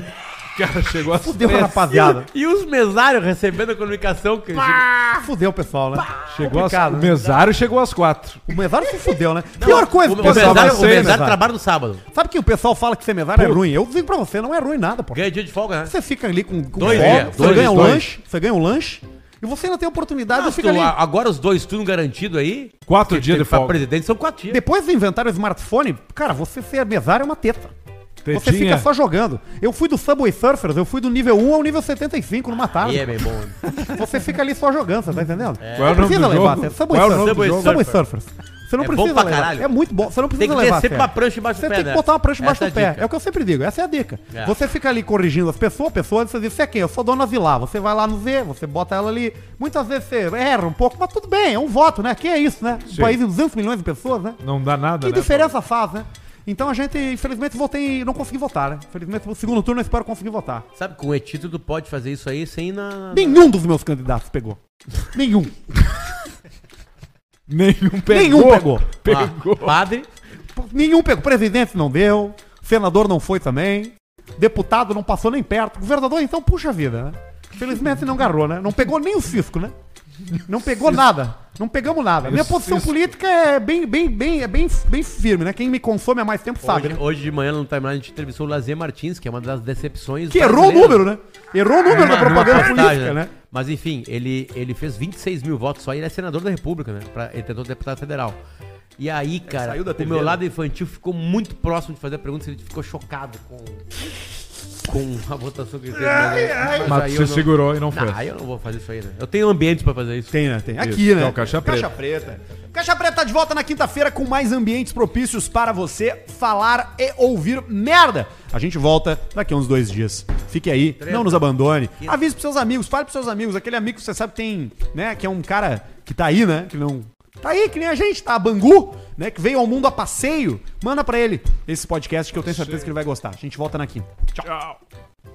[SPEAKER 2] O cara chegou às
[SPEAKER 1] Fudeu,
[SPEAKER 2] três.
[SPEAKER 1] rapaziada.
[SPEAKER 3] E os mesários recebendo a comunicação que eles...
[SPEAKER 1] Ah, fudeu o pessoal, né?
[SPEAKER 2] Chegou às,
[SPEAKER 1] Complicado,
[SPEAKER 2] o
[SPEAKER 1] né?
[SPEAKER 2] mesário chegou às quatro.
[SPEAKER 1] O mesário se fudeu, né? Pior coisa,
[SPEAKER 3] o,
[SPEAKER 1] que
[SPEAKER 3] o
[SPEAKER 1] pessoal,
[SPEAKER 3] mesário,
[SPEAKER 1] né?
[SPEAKER 3] o
[SPEAKER 1] Ser
[SPEAKER 3] mesário
[SPEAKER 1] mesário.
[SPEAKER 3] trabalha no sábado.
[SPEAKER 1] Sabe que o pessoal fala que ser mesário é ruim? Eu digo pra você, não é ruim nada, pô.
[SPEAKER 3] Ganha dia de folga, né?
[SPEAKER 1] Você fica ali com, com
[SPEAKER 3] Dois
[SPEAKER 1] fome,
[SPEAKER 3] dias,
[SPEAKER 1] você
[SPEAKER 3] dois,
[SPEAKER 1] ganha um
[SPEAKER 2] dois.
[SPEAKER 1] lanche, você ganha um lanche, e você ainda tem a oportunidade de
[SPEAKER 3] Mas
[SPEAKER 1] ficar
[SPEAKER 3] tu-
[SPEAKER 1] ali.
[SPEAKER 3] a- agora os dois turnos garantido aí.
[SPEAKER 2] Quatro
[SPEAKER 3] que
[SPEAKER 2] dias
[SPEAKER 3] tem
[SPEAKER 2] de
[SPEAKER 3] pra
[SPEAKER 2] folga.
[SPEAKER 3] presidente são quatro dias.
[SPEAKER 1] Depois de inventar o smartphone, cara, você ser mesário é uma teta. Você
[SPEAKER 2] Tetinha.
[SPEAKER 1] fica só jogando. Eu fui do Subway Surfers, eu fui do nível 1 ao nível 75 numa tarde.
[SPEAKER 3] Aí é bem bom.
[SPEAKER 1] Você fica ali só jogando, você tá entendendo?
[SPEAKER 2] Qual é o
[SPEAKER 1] Não
[SPEAKER 2] nome
[SPEAKER 1] precisa
[SPEAKER 2] do
[SPEAKER 1] levar,
[SPEAKER 2] jogo?
[SPEAKER 1] você- Subway,
[SPEAKER 2] Qual é o
[SPEAKER 1] Surfers.
[SPEAKER 2] nome do
[SPEAKER 1] Subway,
[SPEAKER 2] jogo?
[SPEAKER 1] Surfers. Você não
[SPEAKER 3] É bom
[SPEAKER 1] precisa
[SPEAKER 3] pra
[SPEAKER 1] levar.
[SPEAKER 3] caralho.
[SPEAKER 1] É muito bom, você não
[SPEAKER 3] Tem
[SPEAKER 1] precisa
[SPEAKER 3] que
[SPEAKER 1] levar. a
[SPEAKER 3] descer
[SPEAKER 1] sério.
[SPEAKER 3] pra prancha embaixo do
[SPEAKER 1] Você
[SPEAKER 3] pé,
[SPEAKER 1] tem que
[SPEAKER 3] né?
[SPEAKER 1] botar uma prancha embaixo
[SPEAKER 3] Essa
[SPEAKER 1] do
[SPEAKER 3] é a
[SPEAKER 1] pé.
[SPEAKER 3] dica.
[SPEAKER 1] É o que eu sempre digo, essa é a dica.
[SPEAKER 3] É.
[SPEAKER 1] Você fica ali corrigindo as pessoas, a pessoa, você diz, você é quem? Eu sou dona Vilar. Você vai lá no Z, você bota ela ali. Muitas vezes você erra um pouco, mas tudo bem, é um voto, né? Que é isso, né? Um
[SPEAKER 2] Sim.
[SPEAKER 1] país de 200 milhões de pessoas, né?
[SPEAKER 2] Não dá nada,
[SPEAKER 1] Que
[SPEAKER 2] né?
[SPEAKER 1] diferença faz, né? Então a gente, infelizmente, votei não consegui votar, né? Infelizmente, no segundo turno eu espero conseguir votar.
[SPEAKER 2] Uhum.
[SPEAKER 3] Sabe, com o e-título tu pode fazer isso aí sem ir na...
[SPEAKER 1] Nenhum dos meus candidatos pegou. Nenhum.
[SPEAKER 2] Nenhum pegou.
[SPEAKER 1] Nenhum pegou.
[SPEAKER 3] Ah,
[SPEAKER 2] Pegou.
[SPEAKER 3] padre.
[SPEAKER 1] Nenhum pegou. Presidente não deu, senador não foi também, deputado não passou nem perto, governador então, puxa vida, né? Felizmente não garrou, né? Não pegou nem o cisco, né? Não pegou nada. Não pegamos nada. Minha posição política é bem, bem, bem, é bem, bem firme, né? Quem me consome há mais tempo sabe,
[SPEAKER 3] hoje,
[SPEAKER 1] né?
[SPEAKER 3] hoje de manhã no timeline a gente entrevistou o Lazer Martins, que é uma das decepções.
[SPEAKER 1] Que errou o
[SPEAKER 3] brasileiras.
[SPEAKER 1] número, né? Errou o
[SPEAKER 2] É,
[SPEAKER 1] número da propaganda política, né?
[SPEAKER 3] Mas enfim, ele, ele fez 26 mil votos só e ele é senador da República, né? Pra, ele tentou deputado federal. E aí, cara,
[SPEAKER 4] saiu da
[SPEAKER 3] o
[SPEAKER 4] TV,
[SPEAKER 3] meu
[SPEAKER 4] né?
[SPEAKER 3] lado infantil ficou muito próximo de fazer a pergunta se ele ficou chocado com, com a votação que ele teve. Mas, mas
[SPEAKER 2] Mas
[SPEAKER 3] aí
[SPEAKER 2] você
[SPEAKER 3] eu não-
[SPEAKER 2] segurou e não fez.
[SPEAKER 3] Não, aí eu não vou fazer isso aí, né? Eu tenho ambiente pra fazer isso.
[SPEAKER 1] Tem, né? Tem. Aqui,
[SPEAKER 2] Isso,
[SPEAKER 1] né?
[SPEAKER 2] é o Caixa Preta.
[SPEAKER 1] Preta. Caixa Preta tá de volta na quinta-feira com mais ambientes propícios para você falar e ouvir merda. A gente volta daqui a uns dois dias. Fique aí, não nos abandone. Avise pros seus amigos, fale pros seus amigos. Aquele amigo que você sabe que tem, né? Que é um cara que tá aí, né? Que não. Tá aí, que nem a gente, tá? Bangu, né? Que veio ao mundo a passeio. Manda pra ele esse podcast que eu tenho certeza que ele vai gostar. A gente volta na quinta. Tchau.